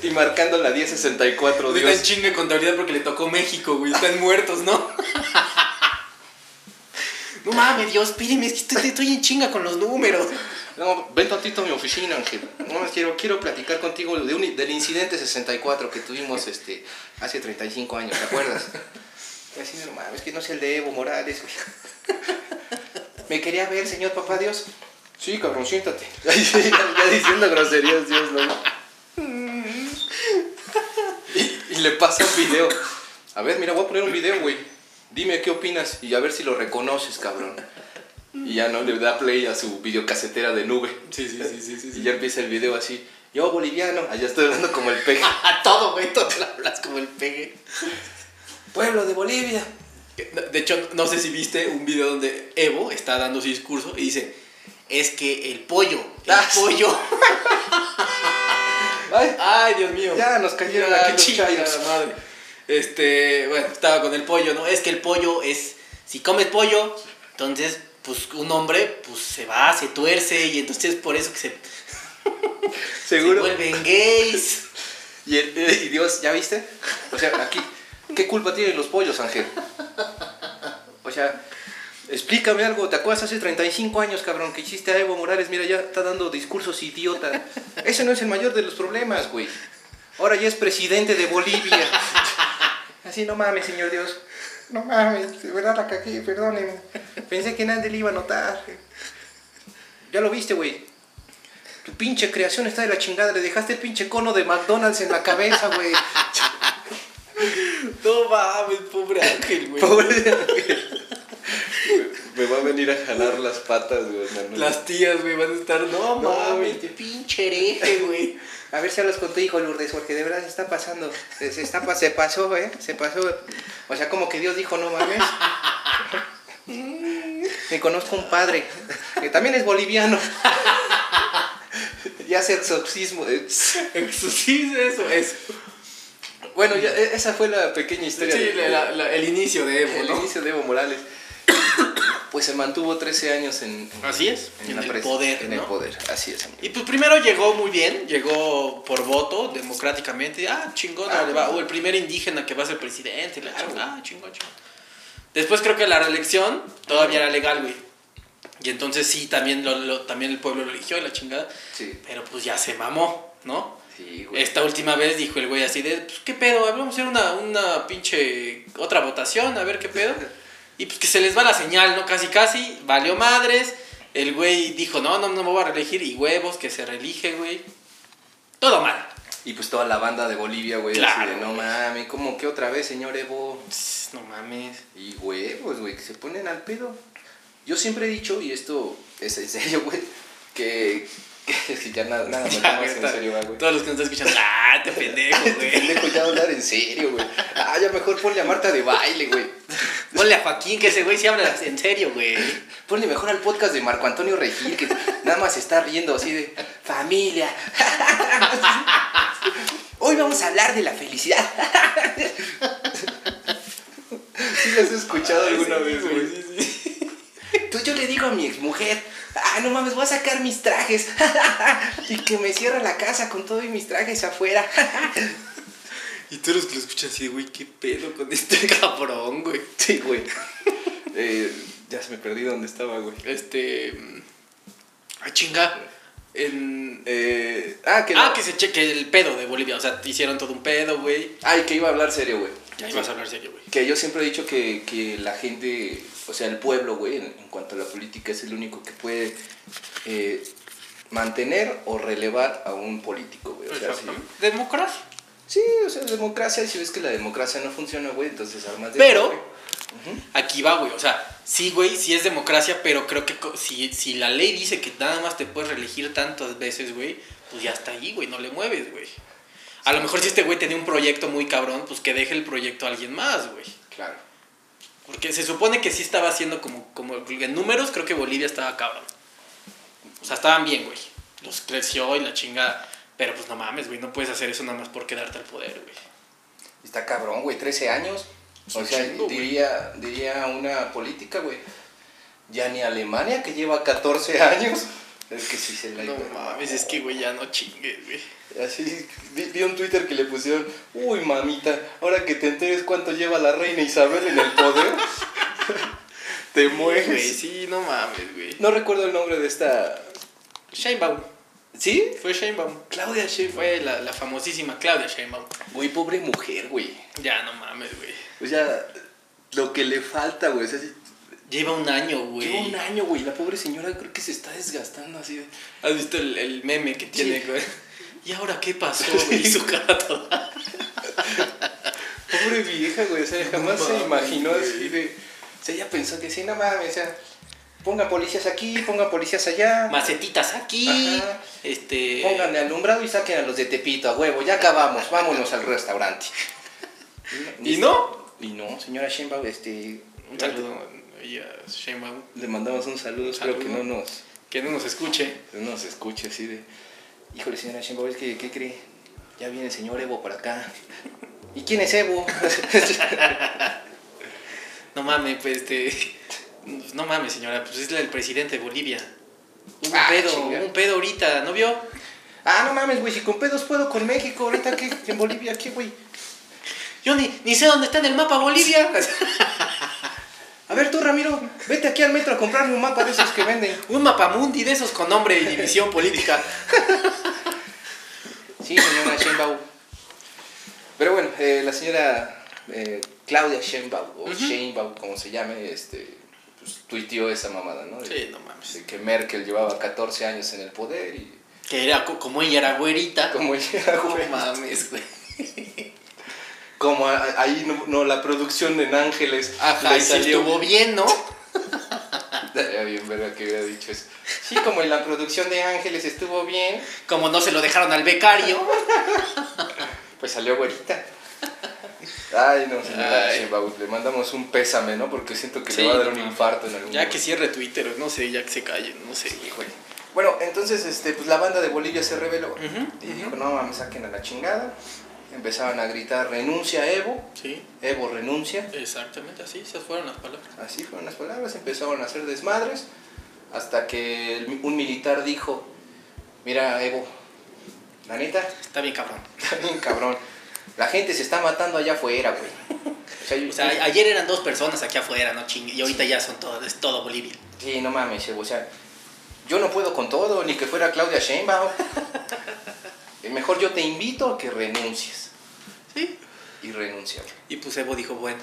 Speaker 4: Y marcando la 1064,
Speaker 3: Ahorita en
Speaker 4: Dios.
Speaker 3: chinga en contabilidad porque le tocó México, güey. Están muertos, ¿no? No mames, Dios, pídeme, es que estoy, estoy en chinga con los números.
Speaker 4: No, ven tantito a mi oficina, Ángel. No, quiero, quiero platicar contigo de un- del incidente 64 que tuvimos este, hace 35 años, ¿te acuerdas? Y así, no mames, que no es el de Evo Morales, güey. Me quería ver, señor papá Dios. Sí, cabrón, siéntate. ya, ya diciendo groserías, Dios lo y, y le pasa un video. A ver, mira, voy a poner un video, güey. Dime qué opinas y a ver si lo reconoces, cabrón. Y ya no le da play a su videocasetera de nube.
Speaker 3: Sí, sí, sí, sí, sí.
Speaker 4: Y ya empieza el video así. Yo boliviano, allá estoy hablando como el peje.
Speaker 3: A todo, güey, todo te lo hablas como el pegue.
Speaker 4: Pueblo de Bolivia.
Speaker 3: De hecho, no sé si viste un video donde Evo está dando su discurso y dice, es que el pollo, el
Speaker 4: Ah, sí.
Speaker 3: pollo.
Speaker 4: Ay,
Speaker 3: Ay, Dios mío.
Speaker 4: Ya nos cayeron
Speaker 3: Ya,
Speaker 4: aquí los
Speaker 3: chingada
Speaker 4: chayos.
Speaker 3: madre. Este, bueno, estaba con el pollo, ¿no? Es que el pollo es, si comes pollo, entonces, pues un hombre, pues se va, se tuerce y entonces por eso que se, se
Speaker 4: seguro.
Speaker 3: vuelven gays.
Speaker 4: Y, el- y Dios, ¿ya viste? O sea, aquí, ¿qué culpa tienen los pollos, Ángel? O sea, explícame algo. ¿Te acuerdas hace 35 años, cabrón, que hiciste a Evo Morales? Mira, ya está dando discursos idiota. Ese no es el mayor de los problemas, güey. Ahora ya es presidente de Bolivia. Así no mames, señor Dios. No mames, de verdad la cagué, perdóneme. Pensé que nadie le iba a notar. Ya lo viste, güey. Tu pinche creación está de la chingada. Le dejaste el pinche cono de McDonald's en la cabeza, güey.
Speaker 3: No mames, pobre Ángel, güey.
Speaker 4: Pobre. Me va a venir a jalar las patas, güey. hermano.
Speaker 3: Las tías, güey, van a estar, no, mames,
Speaker 4: güey.
Speaker 3: qué pinche hereje, güey.
Speaker 4: A ver si hablas con tu hijo, Lourdes, porque de verdad se está pasando. Se, se está, pa- se pasó, ¿eh? Se pasó. O sea, como que Dios dijo, no mames. Me conozco un padre, que también es boliviano. Ya hace exorcismo. eh.
Speaker 3: Exorcismo, eso, eso.
Speaker 4: Bueno, ya, e- esa fue la pequeña historia.
Speaker 3: Sí,
Speaker 4: de-
Speaker 3: la- la- el inicio de Evo,
Speaker 4: el
Speaker 3: ¿no?
Speaker 4: inicio de Evo Morales. Pues se mantuvo 13 años en, en-
Speaker 3: Así es, en
Speaker 4: la
Speaker 3: el
Speaker 4: presa,
Speaker 3: poder,
Speaker 4: En
Speaker 3: ¿no?
Speaker 4: el poder, así es. amigo.
Speaker 3: Y pues primero llegó muy bien, llegó por voto, democráticamente. Ah, chingón,
Speaker 4: Ah,
Speaker 3: le va- o el primer indígena que va a ser presidente. La
Speaker 4: Claro.
Speaker 3: chingada, ah, chingón, chingón. Después creo que la reelección todavía era legal, güey. Y entonces sí, también, lo, lo- también el pueblo lo eligió y la chingada.
Speaker 4: Sí.
Speaker 3: Pero pues ya se mamó, ¿no?
Speaker 4: Sí, güey.
Speaker 3: Esta última vez dijo el güey así de, pues qué pedo, a ver, vamos a hacer una, una pinche otra votación, a ver qué pedo. Y pues que se les va la señal, ¿no? Casi, casi, valió madres. El güey dijo, no, no, no me voy a reelegir. Y huevos, que se reelige, güey. Todo mal.
Speaker 4: Y pues toda la banda de Bolivia, güey,
Speaker 3: Claro.
Speaker 4: así de, no mames, ¿cómo que otra vez, señor Evo?
Speaker 3: Pss, No mames.
Speaker 4: Y huevos, güey, que se ponen al pedo. Yo siempre he dicho, y esto es en serio, güey, que, que ya nada, nada me
Speaker 3: Ya,
Speaker 4: tomas
Speaker 3: güey,
Speaker 4: Ah, en
Speaker 3: está-
Speaker 4: serio, va, güey. Este
Speaker 3: Todos los que nos están escuchando, ah, te pendejo, güey.
Speaker 4: Pendejo, ya hablar en serio, güey. Ah, ya mejor ponle a Marta de baile, güey.
Speaker 3: Ponle a Joaquín que ese güey sí habla en serio, güey.
Speaker 4: Ponle mejor al podcast de Marco Antonio Regil, que nada más está riendo así de familia. Hoy vamos a hablar de la felicidad. ¿Sí lo has escuchado alguna
Speaker 3: Sí,
Speaker 4: vez, güey?
Speaker 3: Sí, sí.
Speaker 4: Entonces yo le digo a mi exmujer, ah, no mames, voy a sacar mis trajes. y que me cierra la casa con todo y mis trajes afuera.
Speaker 3: Y todos los que lo escuchan así, güey, qué pedo con este cabrón, güey.
Speaker 4: sí, güey. Eh, ya se me perdí donde estaba, güey.
Speaker 3: Este. mm, Ah, chinga. En.
Speaker 4: Eh, ah, que...
Speaker 3: Ah,
Speaker 4: no-
Speaker 3: que se cheque el pedo de Bolivia. O sea, te hicieron todo un pedo, güey.
Speaker 4: Ay, que iba a hablar serio, güey.
Speaker 3: Ya ibas a hablar serio, güey.
Speaker 4: Que yo siempre he dicho que, que la gente, o sea, el pueblo, güey, en, en cuanto a la política, es el único que puede eh, mantener o relevar a un político, güey. O sea, sí,
Speaker 3: Exactamente. Democracia.
Speaker 4: sí, o sea, democracia, y si ves que la democracia no funciona, güey, entonces armas de...
Speaker 3: Pero-
Speaker 4: güey.
Speaker 3: Aquí va, güey. O sea, sí, güey, sí es democracia, pero creo que co- si, si la ley dice que nada más te puedes reelegir tantas veces, güey, pues ya está ahí, güey. No le mueves, güey. A lo mejor si este güey tenía un proyecto muy cabrón, pues que deje el proyecto a alguien más, güey.
Speaker 4: Claro.
Speaker 3: Porque se supone que sí estaba haciendo como, como en números, creo que Bolivia estaba cabrón. O sea, estaban bien, güey. Los creció y la chingada. Pero pues no mames, güey, no puedes hacer eso nada más por quedarte al poder, güey.
Speaker 4: Está cabrón, güey, 13 años. O
Speaker 3: un
Speaker 4: sea,
Speaker 3: chingo, güey.
Speaker 4: diría, diría una política, güey. Ya ni Alemania, que lleva 14 años. Es que sí se la
Speaker 3: No
Speaker 4: hipermamó.
Speaker 3: mames, es que, güey, ya no chingues, güey.
Speaker 4: Así, vi, vi un Twitter que le pusieron, uy mamita, ahora que te enteres cuánto lleva la reina Isabel en el poder, te
Speaker 3: Sí, güey,
Speaker 4: mueres.
Speaker 3: sí, no mames, güey.
Speaker 4: No recuerdo el nombre de esta...
Speaker 3: Sheinbaum.
Speaker 4: ¿Sí?
Speaker 3: Fue Sheinbaum. Claudia Sheinbaum. Fue la, la famosísima Claudia Sheinbaum.
Speaker 4: Güey, pobre mujer, güey.
Speaker 3: Ya, no mames, güey.
Speaker 4: O sea, lo que le falta, güey. o sea, sí,
Speaker 3: Lleva un año, güey.
Speaker 4: Lleva un año, güey. La pobre señora creo que se está desgastando así. de-
Speaker 3: ¿Has visto el, el meme que tiene,
Speaker 4: Sí.
Speaker 3: güey? ¿Y ahora qué pasó? güey? Y su cara toda.
Speaker 4: Pobre vieja, güey. O sea, jamás se
Speaker 3: mames,
Speaker 4: imaginó
Speaker 3: güey.
Speaker 4: así de. O sea, ella pensó que sí, no mames. O sea, ponga policías aquí, ponga policías allá.
Speaker 3: Macetitas aquí.
Speaker 4: Ajá.
Speaker 3: Este.
Speaker 4: Pónganle alumbrado y saquen a los de Tepito a huevo. Ya acabamos, vámonos al restaurante.
Speaker 3: ¿Y no?
Speaker 4: Y no, señora Sheinbaum, este.
Speaker 3: Un saludo. Y a Sheinbaum,
Speaker 4: Le mandamos un saludo, espero
Speaker 3: Saludo.
Speaker 4: que no nos,
Speaker 3: Que no nos escuche.
Speaker 4: no nos escuche así de. Híjole, señora Sheinbaum, es que, ¿qué cree? Ya viene el señor Evo para acá. ¿Y quién es Evo?
Speaker 3: No mames, pues este. No mames, señora. Pues es la del presidente de Bolivia. Hubo
Speaker 4: Ah,
Speaker 3: un pedo,
Speaker 4: chinga.
Speaker 3: hubo un pedo ahorita, ¿no vio?
Speaker 4: ah, no mames, güey, si con pedos puedo con México, ahorita que en Bolivia, ¿qué, güey?
Speaker 3: Yo ni, ni sé dónde está en el mapa Bolivia.
Speaker 4: A ver tú, Ramiro, vete aquí al metro a comprarme un mapa de esos que venden.
Speaker 3: Un mapamundi de esos con nombre y división política.
Speaker 4: Sí, señora Sheinbaum. Pero bueno, eh, la señora eh, Claudia Sheinbaum, o Sheinbaum, como se llame, este, pues, tuiteó esa mamada, ¿no? De-
Speaker 3: Sí, no mames.
Speaker 4: de que Merkel llevaba 14 años en el poder y
Speaker 3: Que era co- como ella era güerita.
Speaker 4: como ella era
Speaker 3: No
Speaker 4: güey.
Speaker 3: mames, güey.
Speaker 4: Como a- a- ahí no, no, la producción en Ángeles
Speaker 3: Ajá,
Speaker 4: le
Speaker 3: y sí estuvo bien, ¿no?
Speaker 4: Estaría bien verga que hubiera dicho eso. Sí, como en la producción de Ángeles estuvo bien,
Speaker 3: Como no se lo dejaron al becario.
Speaker 4: pues salió güerita. Ay, no, señora
Speaker 3: Ay.
Speaker 4: Sheinbaum, le mandamos un pésame, ¿no? Porque siento que
Speaker 3: Sí,
Speaker 4: le va a dar
Speaker 3: no
Speaker 4: un
Speaker 3: mames.
Speaker 4: infarto en algún
Speaker 3: Ya
Speaker 4: momento.
Speaker 3: que cierre Twitter, no sé, ya que se calle, no sé,
Speaker 4: Híjole. Bueno, entonces este, pues la banda de Bolivia se rebeló y dijo, no mames, saquen a la chingada. Empezaban a gritar, renuncia Evo,
Speaker 3: Sí,
Speaker 4: Evo renuncia.
Speaker 3: exactamente así, esas fueron las palabras.
Speaker 4: Así fueron las palabras, empezaron a hacer desmadres hasta que el mi- un militar dijo, mira Evo, la neta,
Speaker 3: Está bien, cabrón.
Speaker 4: está bien cabrón, la gente se está matando allá afuera, güey. O sea, yo-
Speaker 3: O sea, a- ayer eran dos personas aquí afuera, ¿no? Chingue, y ahorita ya son todo, es todo Bolivia.
Speaker 4: Sí, no mames, Evo, o sea, yo no puedo con todo, ni que fuera Claudia Sheinbaum. Eh, Mejor yo te invito a que renuncies.
Speaker 3: Sí.
Speaker 4: Y renuncia, güey.
Speaker 3: Y pues Evo dijo, bueno,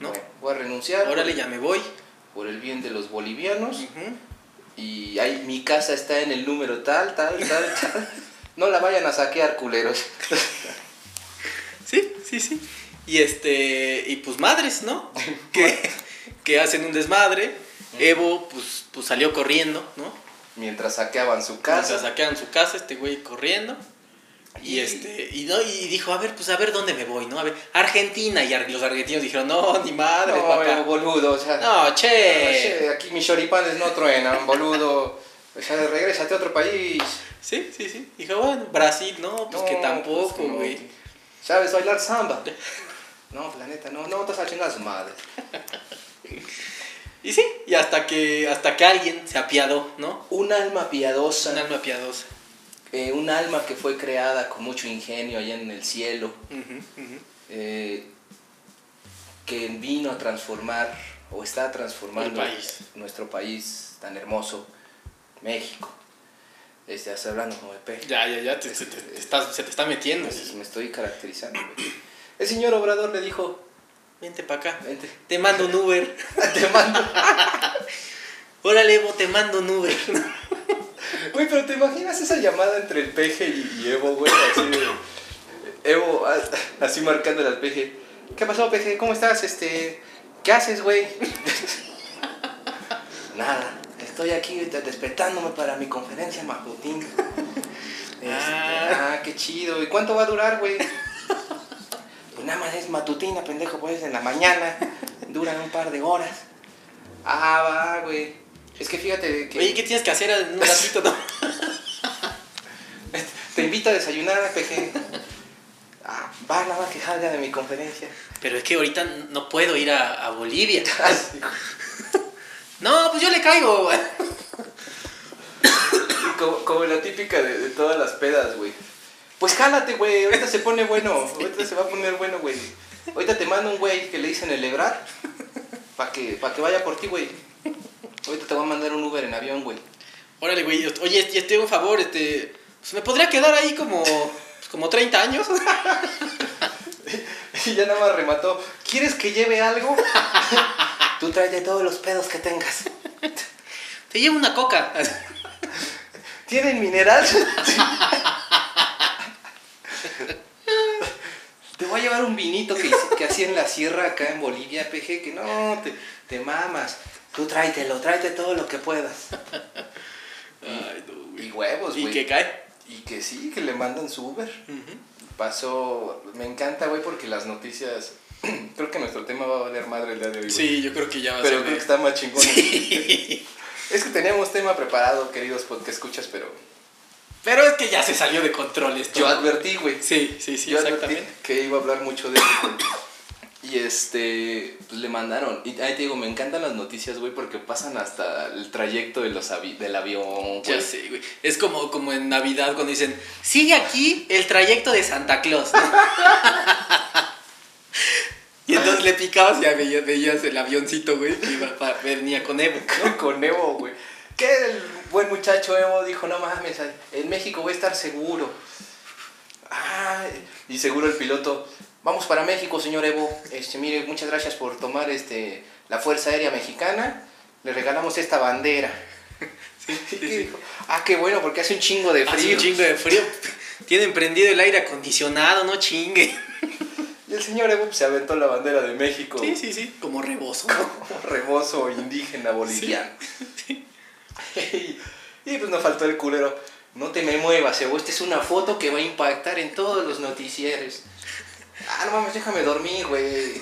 Speaker 3: ¿no?
Speaker 4: Bueno, voy a renunciar
Speaker 3: Órale, ya me voy.
Speaker 4: por el bien de los bolivianos.
Speaker 3: Ujú.
Speaker 4: Y ahí mi casa está en el número tal, tal, tal, tal. No la vayan a saquear, culeros.
Speaker 3: Sí, sí, sí. Y este, y pues madres, ¿no? que, que hacen un desmadre. Evo, pues, pues salió corriendo, ¿no?
Speaker 4: Mientras saqueaban su
Speaker 3: Casa.
Speaker 4: casa.
Speaker 3: saquearon su casa, este güey corriendo. Y este, y no, y dijo, a ver, pues a ver dónde me voy, ¿no? A ver, Argentina. Y ar- los argentinos dijeron, no, ni madre,
Speaker 4: Ah, No,
Speaker 3: papá.
Speaker 4: pero boludo, o sea.
Speaker 3: No, che.
Speaker 4: che, aquí mis choripanes no truenan, boludo. O sea, regrésate a otro país.
Speaker 3: Sí, sí, sí. Dijo, bueno, Brasil, no, pues
Speaker 4: No,
Speaker 3: que
Speaker 4: pues,
Speaker 3: tampoco,
Speaker 4: no.
Speaker 3: güey.
Speaker 4: ¿Sabes bailar samba? No, planeta, no, no, estás haciendo las madres.
Speaker 3: Y sí, y hasta que, hasta que alguien se apiadó, ¿no?
Speaker 4: Un alma piadosa.
Speaker 3: Un alma piadosa.
Speaker 4: eh, un alma que fue creada con mucho ingenio allá en el cielo,
Speaker 3: Ujú, ujú.
Speaker 4: eh, que vino a transformar o está transformando
Speaker 3: El país.
Speaker 4: nuestro país tan hermoso, México. Este, hasta hablando como de pe.
Speaker 3: Ya, ya, ya, te, te- te- te estás- se te está metiendo.
Speaker 4: Entonces, me estoy caracterizando. güey. El señor Obrador le dijo,
Speaker 3: Vente para acá.
Speaker 4: vente,
Speaker 3: Te mando un Uber.
Speaker 4: te mando.
Speaker 3: Órale, Evo, te mando un Uber.
Speaker 4: Güey, pero ¿te imaginas esa llamada entre el peje y, y Evo, güey? Así de- Evo, a- así marcándole al peje. ¿Qué pasó, peje? ¿Cómo estás? Este, ¿Qué haces, güey? Nada, estoy aquí de- despertándome para mi conferencia matutina. Este,
Speaker 3: Ah.
Speaker 4: ah. qué chido. ¿Y cuánto va a durar, güey? Pues nada más es matutina, pendejo, pues en la mañana. Duran un par de horas. Ah, va, güey. Es que fíjate que...
Speaker 3: Oye, ¿qué tienes que hacer en un ratito, no?
Speaker 4: Te invito a desayunar, peje. Ah, va nada más que salga de mi conferencia.
Speaker 3: Pero es que ahorita no puedo ir a, a Bolivia. No, pues yo le caigo. güey.
Speaker 4: Y como, como la típica de, de todas las pedas, güey. Pues jálate, güey. Ahorita se pone bueno. Ahorita se va a poner bueno, güey. Ahorita te mando un güey que le dicen el Ebrar. Para que, pa' que vaya por ti, güey. Ahorita te voy a mandar un Uber en avión, güey.
Speaker 3: Órale, güey. Oye, y este, un favor, este. Pues me podría quedar ahí como. pues, como 30 años.
Speaker 4: Y ya nada más remató. ¿Quieres que lleve algo? Tú tráete todos los pedos que tengas.
Speaker 3: Te llevo una coca.
Speaker 4: ¿Tienen mineral? te voy a llevar un vinito que, hice- que hacía en la sierra acá en Bolivia, PG, que no, te, te mamas. Tú tráetelo, tráete todo lo que puedas.
Speaker 3: Ay, no, güey.
Speaker 4: Y huevos,
Speaker 3: Y
Speaker 4: güey.
Speaker 3: que cae.
Speaker 4: Y que sí, que le mandan su Uber. Pasó, me encanta, güey, porque las noticias... creo que nuestro tema va a valer madre el día de hoy. güey.
Speaker 3: Sí, yo creo que ya va a
Speaker 4: Pero
Speaker 3: ser.
Speaker 4: creo que
Speaker 3: de-
Speaker 4: está más chingón.
Speaker 3: Sí.
Speaker 4: Es que teníamos tema preparado, queridos que escuchas, pero
Speaker 3: Pero es que ya se salió de control esto.
Speaker 4: yo advertí, güey.
Speaker 3: Sí, sí, sí,
Speaker 4: yo advertí
Speaker 3: exactamente.
Speaker 4: que iba a hablar mucho de eso. güey. Y este, pues le mandaron. Y ahí te digo, me encantan las noticias, güey, porque pasan hasta el trayecto de los avi- del avión, güey.
Speaker 3: Ya sé, güey. Es como, como en Navidad cuando dicen, sigue aquí el trayecto de Santa Claus. ¿no? y entonces le picabas y ya veías, veías el avioncito, güey, que iba pa- venía con Evo.
Speaker 4: ¿no? Con Evo, güey. Que el buen muchacho Evo dijo, no mames, en México voy a estar seguro. Ah, y seguro el piloto, vamos para México, señor Evo. Este, mire, muchas gracias por tomar este, la Fuerza Aérea Mexicana. Le regalamos esta bandera.
Speaker 3: sí,
Speaker 4: Y
Speaker 3: sí.
Speaker 4: dijo, ah, qué bueno, porque hace un chingo de
Speaker 3: Hace
Speaker 4: frío.
Speaker 3: un chingo de frío. Tienen prendido el aire acondicionado, no chingue.
Speaker 4: Y el señor Evo pues, se aventó la bandera de México.
Speaker 3: Sí, sí, sí. Como rebozo.
Speaker 4: como rebozo indígena boliviano. y, y, pues nos faltó el culero. No te me muevas, Evo. Esta es una foto que va a impactar en todos los noticieros. Ah, no mames, déjame dormir, güey.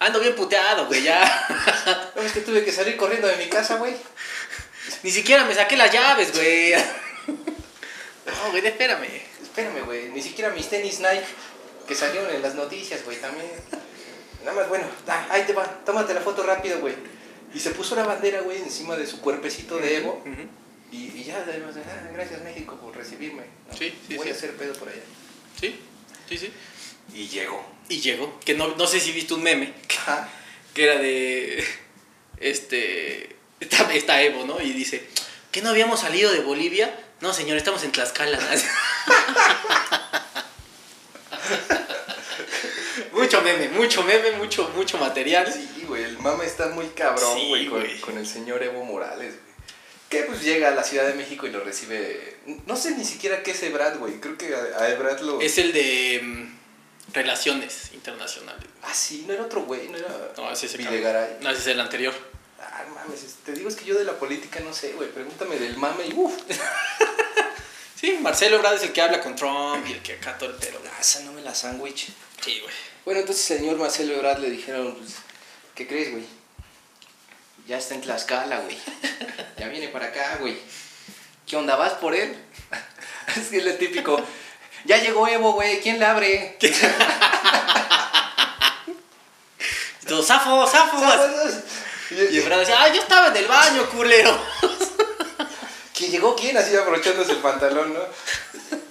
Speaker 3: Ando bien puteado, güey, ya.
Speaker 4: No es que tuve que salir corriendo de mi casa, güey.
Speaker 3: Ni siquiera me saqué las llaves, güey. No, güey, espérame.
Speaker 4: Espérame, güey. Ni siquiera mis tenis Nike que salieron en las noticias, güey, también. Nada más, bueno, da, ahí te va. Tómate la foto rápido, güey. Y se puso la bandera, güey, encima de su cuerpecito de Evo.
Speaker 3: Ujú.
Speaker 4: Y, y ya, además, ah, gracias México por recibirme. ¿no?
Speaker 3: Sí, sí,
Speaker 4: Voy
Speaker 3: sí.
Speaker 4: a hacer pedo por allá.
Speaker 3: Sí, sí, sí.
Speaker 4: Y llegó.
Speaker 3: Y llegó. Que no, no sé si viste un meme.
Speaker 4: Ajá.
Speaker 3: Que era de. Este. Está, está Evo, ¿no? Y dice: ¿Que no habíamos salido de Bolivia? No, señor, estamos en Tlaxcala. mucho meme, mucho meme, mucho, mucho material.
Speaker 4: Sí, güey, el mame está muy cabrón,
Speaker 3: Sí,
Speaker 4: güey, con,
Speaker 3: güey.
Speaker 4: con el señor Evo Morales, güey. Que pues llega a la Ciudad de México y lo recibe. No sé ni siquiera qué es Ebrad, güey. Creo que a, a Ebrad lo.
Speaker 3: Es el de. mm, Relaciones internacionales.
Speaker 4: Ah, sí, no era otro güey, no era.
Speaker 3: No, ese es el
Speaker 4: Videgaray.
Speaker 3: No, ese es el anterior.
Speaker 4: Ah, mames, es- te digo, es que yo de la política no sé, güey. Pregúntame del mame y uff.
Speaker 3: Sí, Marcelo Ebrard es el que habla con Trump y el que acá todo el pero.
Speaker 4: Asa, no me la sándwich.
Speaker 3: Sí, güey.
Speaker 4: Bueno, entonces el señor Marcelo Ebrard le dijeron, pues, ¿qué crees, güey? Ya está en Tlaxcala, güey. Ya viene para acá, güey. ¿Qué onda? ¿Vas por él? Es que es lo típico. Ya llegó Evo, güey. ¿Quién la abre?
Speaker 3: Y todo, zafo, zafo. Y
Speaker 4: Y Ebrard,
Speaker 3: Ebrard decía, ah, yo estaba en el baño, culero.
Speaker 4: ¿Que llegó quién? Así abrochándose el pantalón, ¿no?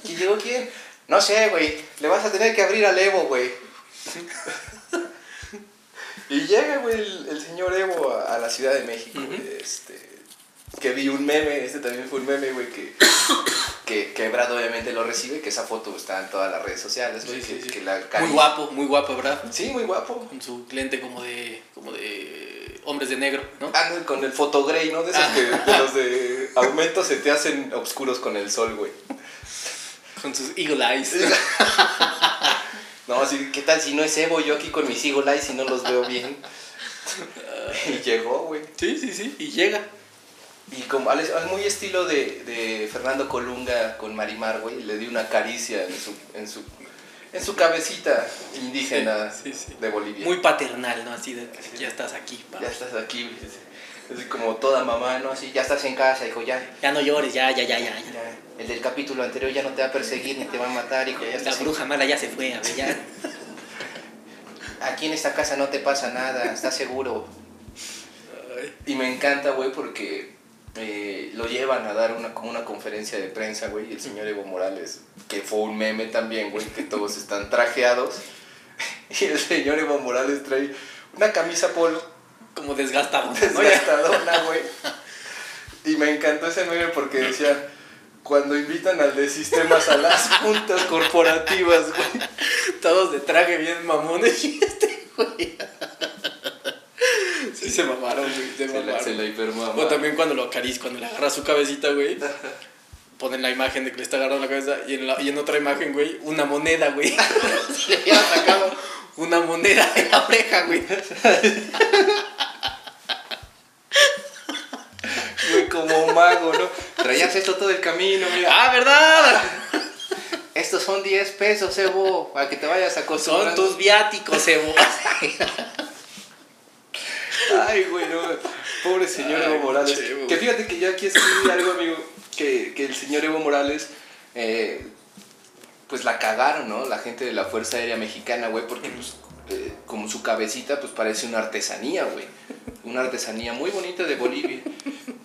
Speaker 4: ¿Que llegó quién? No sé, güey. Le vas a tener que abrir al Evo, güey. Y llega, güey, el, el señor Evo a, a la Ciudad de México. güey, Este. Que vi un meme, este también fue un meme, güey, que, que, que Brad obviamente lo recibe, que esa foto está en todas las redes sociales, güey. que, que la
Speaker 3: Muy
Speaker 4: cari-
Speaker 3: guapo, muy guapo, Ebrard.
Speaker 4: Sí, muy guapo.
Speaker 3: Con su lente como de. como de. hombres de negro, ¿no?
Speaker 4: Ah, no, con el fotogrey, ¿no? De esos que de los de aumento se te hacen oscuros con el sol, güey.
Speaker 3: Con sus eagle eyes.
Speaker 4: No, así, ¿qué tal si no es Evo? Yo aquí con mis Eagle Eyes y no los veo bien. y llegó, güey.
Speaker 3: Sí, sí, sí. Y llega.
Speaker 4: Y como al, al muy estilo de, de Fernando Colunga con Marimar, güey, le dio una caricia en su, en su, en su cabecita indígena
Speaker 3: Sí, sí, sí.
Speaker 4: de Bolivia.
Speaker 3: Muy paternal, ¿no? Así de. Ya estás aquí, pa.
Speaker 4: ya estás aquí, güey. Es como toda mamá, ¿no? Así, ya estás en casa, hijo, ya.
Speaker 3: Ya no llores, ya, ya, ya, ya. ya.
Speaker 4: ya. El del capítulo anterior ya no te va a perseguir ni te va a matar, hijo. Ya
Speaker 3: La
Speaker 4: estás en-
Speaker 3: bruja mala ya se fue, a ver, ya.
Speaker 4: Aquí en esta casa no te pasa nada, estás seguro. Y me encanta, güey, porque eh, lo llevan a dar una, como una conferencia de prensa, güey, y el señor Evo Morales, que fue un meme también, güey, que todos están trajeados, y el señor Evo Morales trae una camisa polo
Speaker 3: Como desgastado. ¿no? Ya.
Speaker 4: desgastadona, güey. Y me encantó ese meme porque decía, cuando invitan al de sistemas a las juntas corporativas, güey.
Speaker 3: Todos de traje bien mamones y este güey. Sí, se mamaron, güey. Se
Speaker 4: Se la, se la
Speaker 3: mamaron.
Speaker 4: hipermama.
Speaker 3: O también cuando lo acaricia, cuando le agarra su cabecita, güey. Ponen la imagen de que le está agarrando la cabeza y en, la- y en otra imagen, güey, una moneda, güey. Se le había sacado una moneda en la oreja, güey.
Speaker 4: Güey, como un mago, ¿no? Traías esto todo el camino, mira.
Speaker 3: ¡Ah, verdad!
Speaker 4: Estos son 10 pesos, Evo, para que te vayas a
Speaker 3: Son tus viáticos, Evo.
Speaker 4: Ay, güey, no. Pobre señor
Speaker 3: Ay,
Speaker 4: Evo Morales.
Speaker 3: che, Evo.
Speaker 4: que fíjate que yo aquí escribí algo, amigo, que, que el señor Evo Morales, eh, pues la cagaron, ¿no? La gente de la Fuerza Aérea Mexicana, güey, porque pues, eh, como su cabecita, pues parece una artesanía, güey. Una artesanía muy bonita de Bolivia.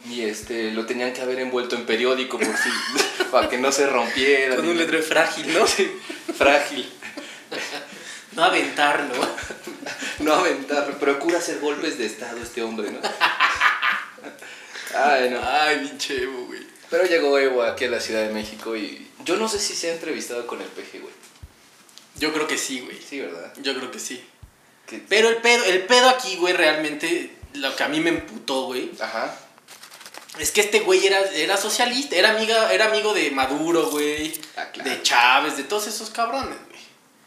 Speaker 4: Y este, lo tenían que haber envuelto en periódico por si, para que no se rompiera.
Speaker 3: Con
Speaker 4: ni-
Speaker 3: un letrero frágil, ¿no?
Speaker 4: Sí, frágil.
Speaker 3: No aventarlo.
Speaker 4: No aventar, procura hacer golpes de estado este hombre, ¿no? Ay, no.
Speaker 3: Ay, pinche Evo, güey.
Speaker 4: Pero llegó Evo aquí a la Ciudad de México y yo no sé si se ha entrevistado con el PG, güey.
Speaker 3: Yo creo que sí, güey.
Speaker 4: Sí, ¿verdad?
Speaker 3: Yo creo que sí.
Speaker 4: Que-
Speaker 3: Pero el pedo, el pedo aquí, güey, realmente, lo que a mí me emputó, güey,
Speaker 4: Ajá.
Speaker 3: es que este güey era, era socialista, era, amiga, era amigo de Maduro, güey,
Speaker 4: Ah, claro.
Speaker 3: de Chávez, de todos esos cabrones, güey.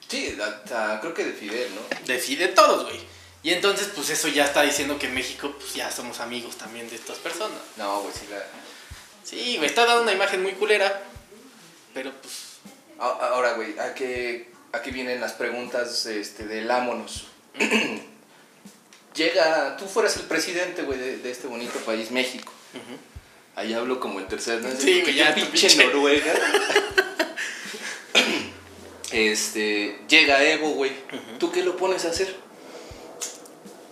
Speaker 4: Sí, hasta creo que de Fidel, ¿no?
Speaker 3: De, fi- de todos, güey. Y entonces, pues eso ya está diciendo que en México, pues ya somos amigos también de estas personas.
Speaker 4: No, güey, sí la...
Speaker 3: Sí, güey, está dando una imagen muy culera, pero pues...
Speaker 4: A- Ahora, güey, ¿a qué, aquí vienen las preguntas este, del ámonos. Llega, tú fueras el presidente, güey, de, de este bonito país, México. Ahí hablo como el tercer ¿no?
Speaker 3: Sí, güey, ya
Speaker 4: Porque yo
Speaker 3: tu
Speaker 4: pinche
Speaker 3: pinche-
Speaker 4: Noruega. este, llega Evo, güey. ¿Tú qué lo pones a hacer?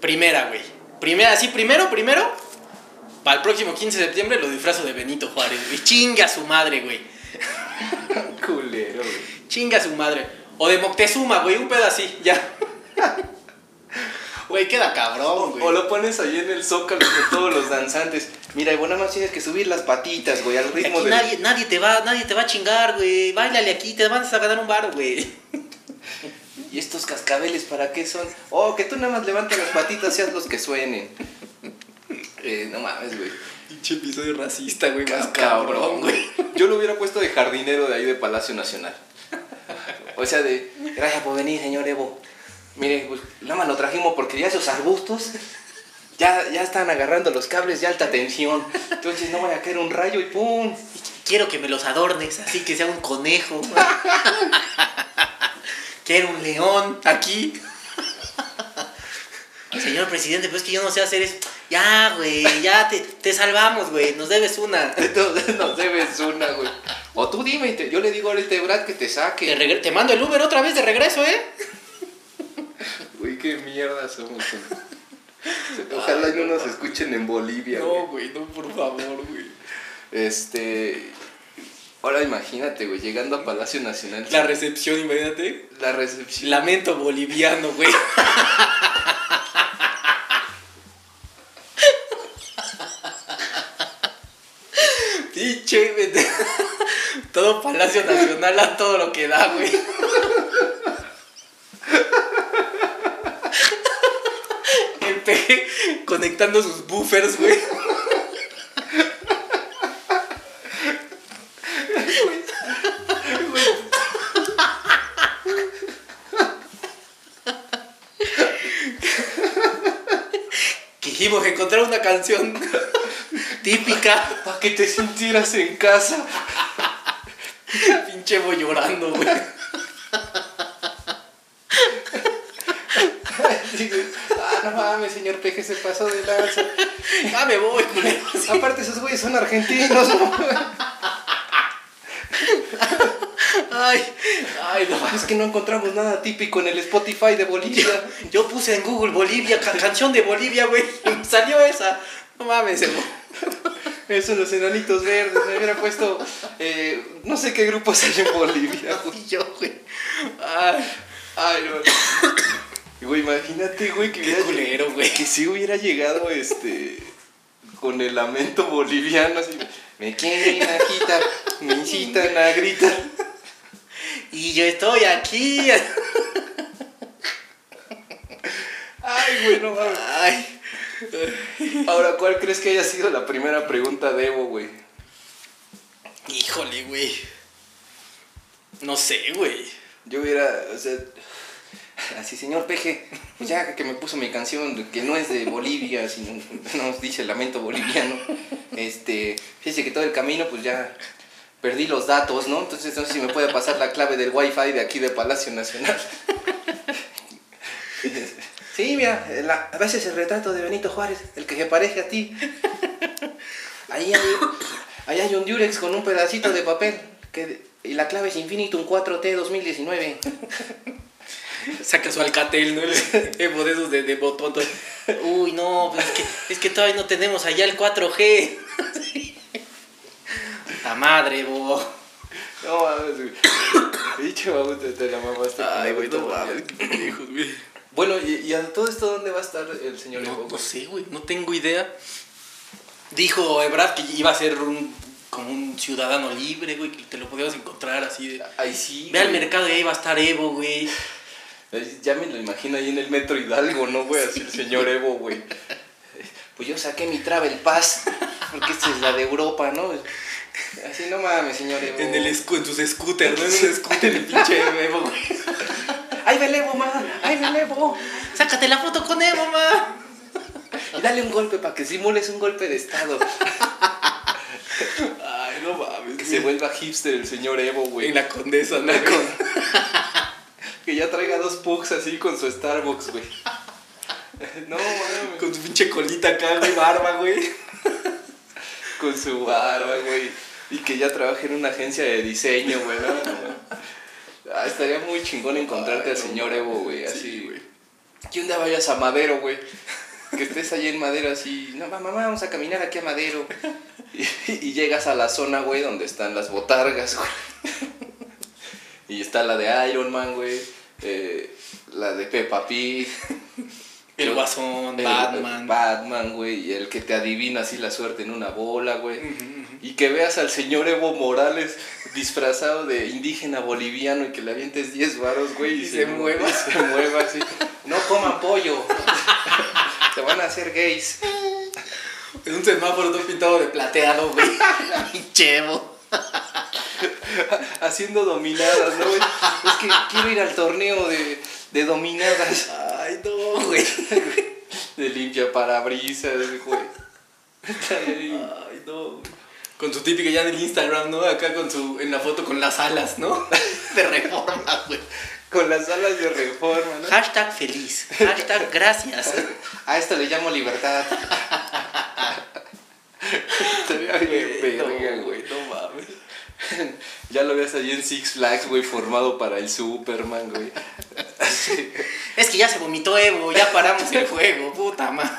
Speaker 3: Primera, güey. Primera, sí, primero, primero. Para el próximo 15 de septiembre lo disfrazo de Benito Juárez, güey. Chinga su madre, güey.
Speaker 4: Culero, güey.
Speaker 3: Chinga su madre. O de Moctezuma, güey, un pedo así, ya. Güey, queda cabrón, güey.
Speaker 4: O lo pones ahí en el zócalo con todos los danzantes. Mira, Evo, nada más tienes que subir las patitas, güey, al
Speaker 3: Aquí
Speaker 4: ritmo de...
Speaker 3: nadie, nadie, te va, nadie te va a chingar, güey. Báilale aquí, te vas a ganar un bar, güey.
Speaker 4: ¿Y estos cascabeles para qué son? Oh, que tú nada más levantas las patitas y haz los que suenen. Eh, no mames, güey.
Speaker 3: Pinche episodio racista, güey. Más
Speaker 4: Cabrón, güey. Yo lo hubiera puesto de jardinero de ahí de Palacio Nacional. O sea, de gracias por venir, señor Evo. Mire, pues nada más lo trajimos porque ya esos arbustos ya, ya están agarrando los cables de alta tensión. Entonces no vaya a caer un rayo y ¡pum!
Speaker 3: Quiero que me los adornes, así que sea un conejo. Quiero un león aquí. Señor presidente, pues que yo no sé hacer eso. Ya, güey, ya te, te salvamos, güey. Nos debes una.
Speaker 4: Entonces nos debes una, güey. O tú dime, y te- yo le digo ahorita a Brad que te saque.
Speaker 3: Te, regre- te mando el Uber otra vez de regreso, ¿eh?
Speaker 4: Uy, qué mierda somos. güey. Ojalá y no nos escuchen en Bolivia. güey.
Speaker 3: güey, no, por favor, güey.
Speaker 4: Este. Ahora imagínate, güey, llegando a Palacio Nacional.
Speaker 3: La recepción, imagínate.
Speaker 4: La recepción.
Speaker 3: Lamento boliviano, güey. Pinche, güey. todo Palacio Nacional a todo lo que da, güey. El PG conectando sus buffers, güey. Quisimos encontrar una canción típica.
Speaker 4: Para que te sintieras en casa.
Speaker 3: Pinche voy llorando, güey.
Speaker 4: Digo, ah, no mames, señor Peje se pasó de lanza.
Speaker 3: Ya Ah, me voy, culero.
Speaker 4: Aparte, esos güeyes son argentinos.
Speaker 3: Ay, ay, no.
Speaker 4: es que no encontramos nada típico en el Spotify de Bolivia.
Speaker 3: Yo puse en Google Bolivia, ca- canción de Bolivia, güey. Salió esa. No mames, Evo.
Speaker 4: Esos los enanitos verdes. Me hubiera puesto. eh, no sé qué grupos hay en Bolivia, güey.
Speaker 3: Y yo, güey. Ay,
Speaker 4: Ay, no. Güey, imagínate, güey, que
Speaker 3: qué
Speaker 4: hubiera-
Speaker 3: culero, güey.
Speaker 4: Que si hubiera llegado este. con el lamento boliviano, así. Me quieren agita, me incitan a gritar.
Speaker 3: Y yo estoy aquí.
Speaker 4: Ay, güey, no mames.
Speaker 3: Ay,
Speaker 4: Ahora, ¿cuál crees que haya sido la primera pregunta de Evo, güey?
Speaker 3: Híjole, güey. No sé, güey.
Speaker 4: Yo hubiera, o sea, así, señor Peje, pues ya que me puso mi canción, que no es de Bolivia, sino nos dice lamento boliviano, este, fíjese que todo el camino, pues ya perdí los datos, ¿no? Entonces, no sé si me puede pasar la clave del wifi de aquí de Palacio Nacional. Sí, mira, la- a veces el retrato de Benito Juárez, el que se parece a ti. Ahí hay, ahí hay un Durex con un pedacito de papel. Que, y la clave es Infinitum 4T 2019.
Speaker 3: Saca su alcatel, ¿no? El Evo de esos de, de botón. todo. Uy, no, pues es que, es que todavía no tenemos allá el 4G. La madre, Evo.
Speaker 4: No mames, güey. Dicho, vamos, te, te la mamaste.
Speaker 3: Ay, güey, no
Speaker 4: Todo mal.
Speaker 3: mames, qué pendejos, güey.
Speaker 4: Bueno, y, y a todo esto, ¿dónde va a estar el señor Evo?
Speaker 3: No, no
Speaker 4: güey?
Speaker 3: sé, güey, no tengo idea. Dijo Ebrard que iba a ser un, como un ciudadano libre, güey, que te lo podías encontrar así de...
Speaker 4: Ahí sí.
Speaker 3: Ve al
Speaker 4: güey.
Speaker 3: mercado y ahí va a estar Evo, güey.
Speaker 4: Ahí Ya me lo imagino ahí en el metro Hidalgo, ¿no, güey? Así el señor Evo, güey. Pues yo saqué mi Travel Pass, porque esta es la de Europa, ¿no? Así no mames, señor Evo.
Speaker 3: En, el escu- en sus scooters, ¿no? En un scooter, el pinche Evo, güey.
Speaker 4: ¡Ahí va el Evo, ma! ¡Ahí va el Evo!
Speaker 3: Sácate la foto con Evo, ma.
Speaker 4: Y dale un golpe para que simules un golpe de estado.
Speaker 3: Ay, no mames.
Speaker 4: Que se vuelva hipster el señor Evo, güey.
Speaker 3: En la condesa, ¿no?
Speaker 4: Que ya traiga dos pugs así con su Starbucks, güey. No, mames.
Speaker 3: Con su pinche colita acá, güey, barba, güey.
Speaker 4: Con su barba, güey. Y que ya trabaje en una agencia de diseño, güey. ¿no? Ah, estaría muy chingón encontrarte al señor Evo, güey. Así, güey. Que un día vayas a Madero, güey. Que estés allí en Madero así. No, mamá, vamos a caminar aquí a Madero. Y, y llegas a la zona, güey, donde están las botargas, güey. Y está la de Iron Man, güey. eh, la de Peppa Pig.
Speaker 3: El guasón,
Speaker 4: El-
Speaker 3: Batman.
Speaker 4: Batman, güey. Y el que te adivina así la suerte en una bola, güey. Y que veas al señor Evo Morales disfrazado de indígena boliviano y que le avientes 10 varos, güey.
Speaker 3: Y se mueva.
Speaker 4: y se mueva así. No coman pollo. Te van a hacer gays.
Speaker 3: Es un semáforo todo pintado de plateado, güey. Pinche Evo.
Speaker 4: Haciendo dominadas, ¿no, güey? Es que quiero ir al torneo de, de dominadas.
Speaker 3: Ay, no, güey.
Speaker 4: De limpia parabrisas, güey. Ay,
Speaker 3: Ay, no. Con su típica ya del Instagram, ¿no? Acá con su, en la foto con las alas, ¿no? De reforma, güey.
Speaker 4: Con las alas de reforma, ¿no?
Speaker 3: Hashtag feliz. Hashtag gracias.
Speaker 4: A esto le llamo libertad. Estaría bien verga, güey.
Speaker 3: no mames.
Speaker 4: Ya lo veas allí en Six Flags, güey, formado para el Superman, güey.
Speaker 3: Es que ya se vomitó Evo, ya paramos el juego, puta madre.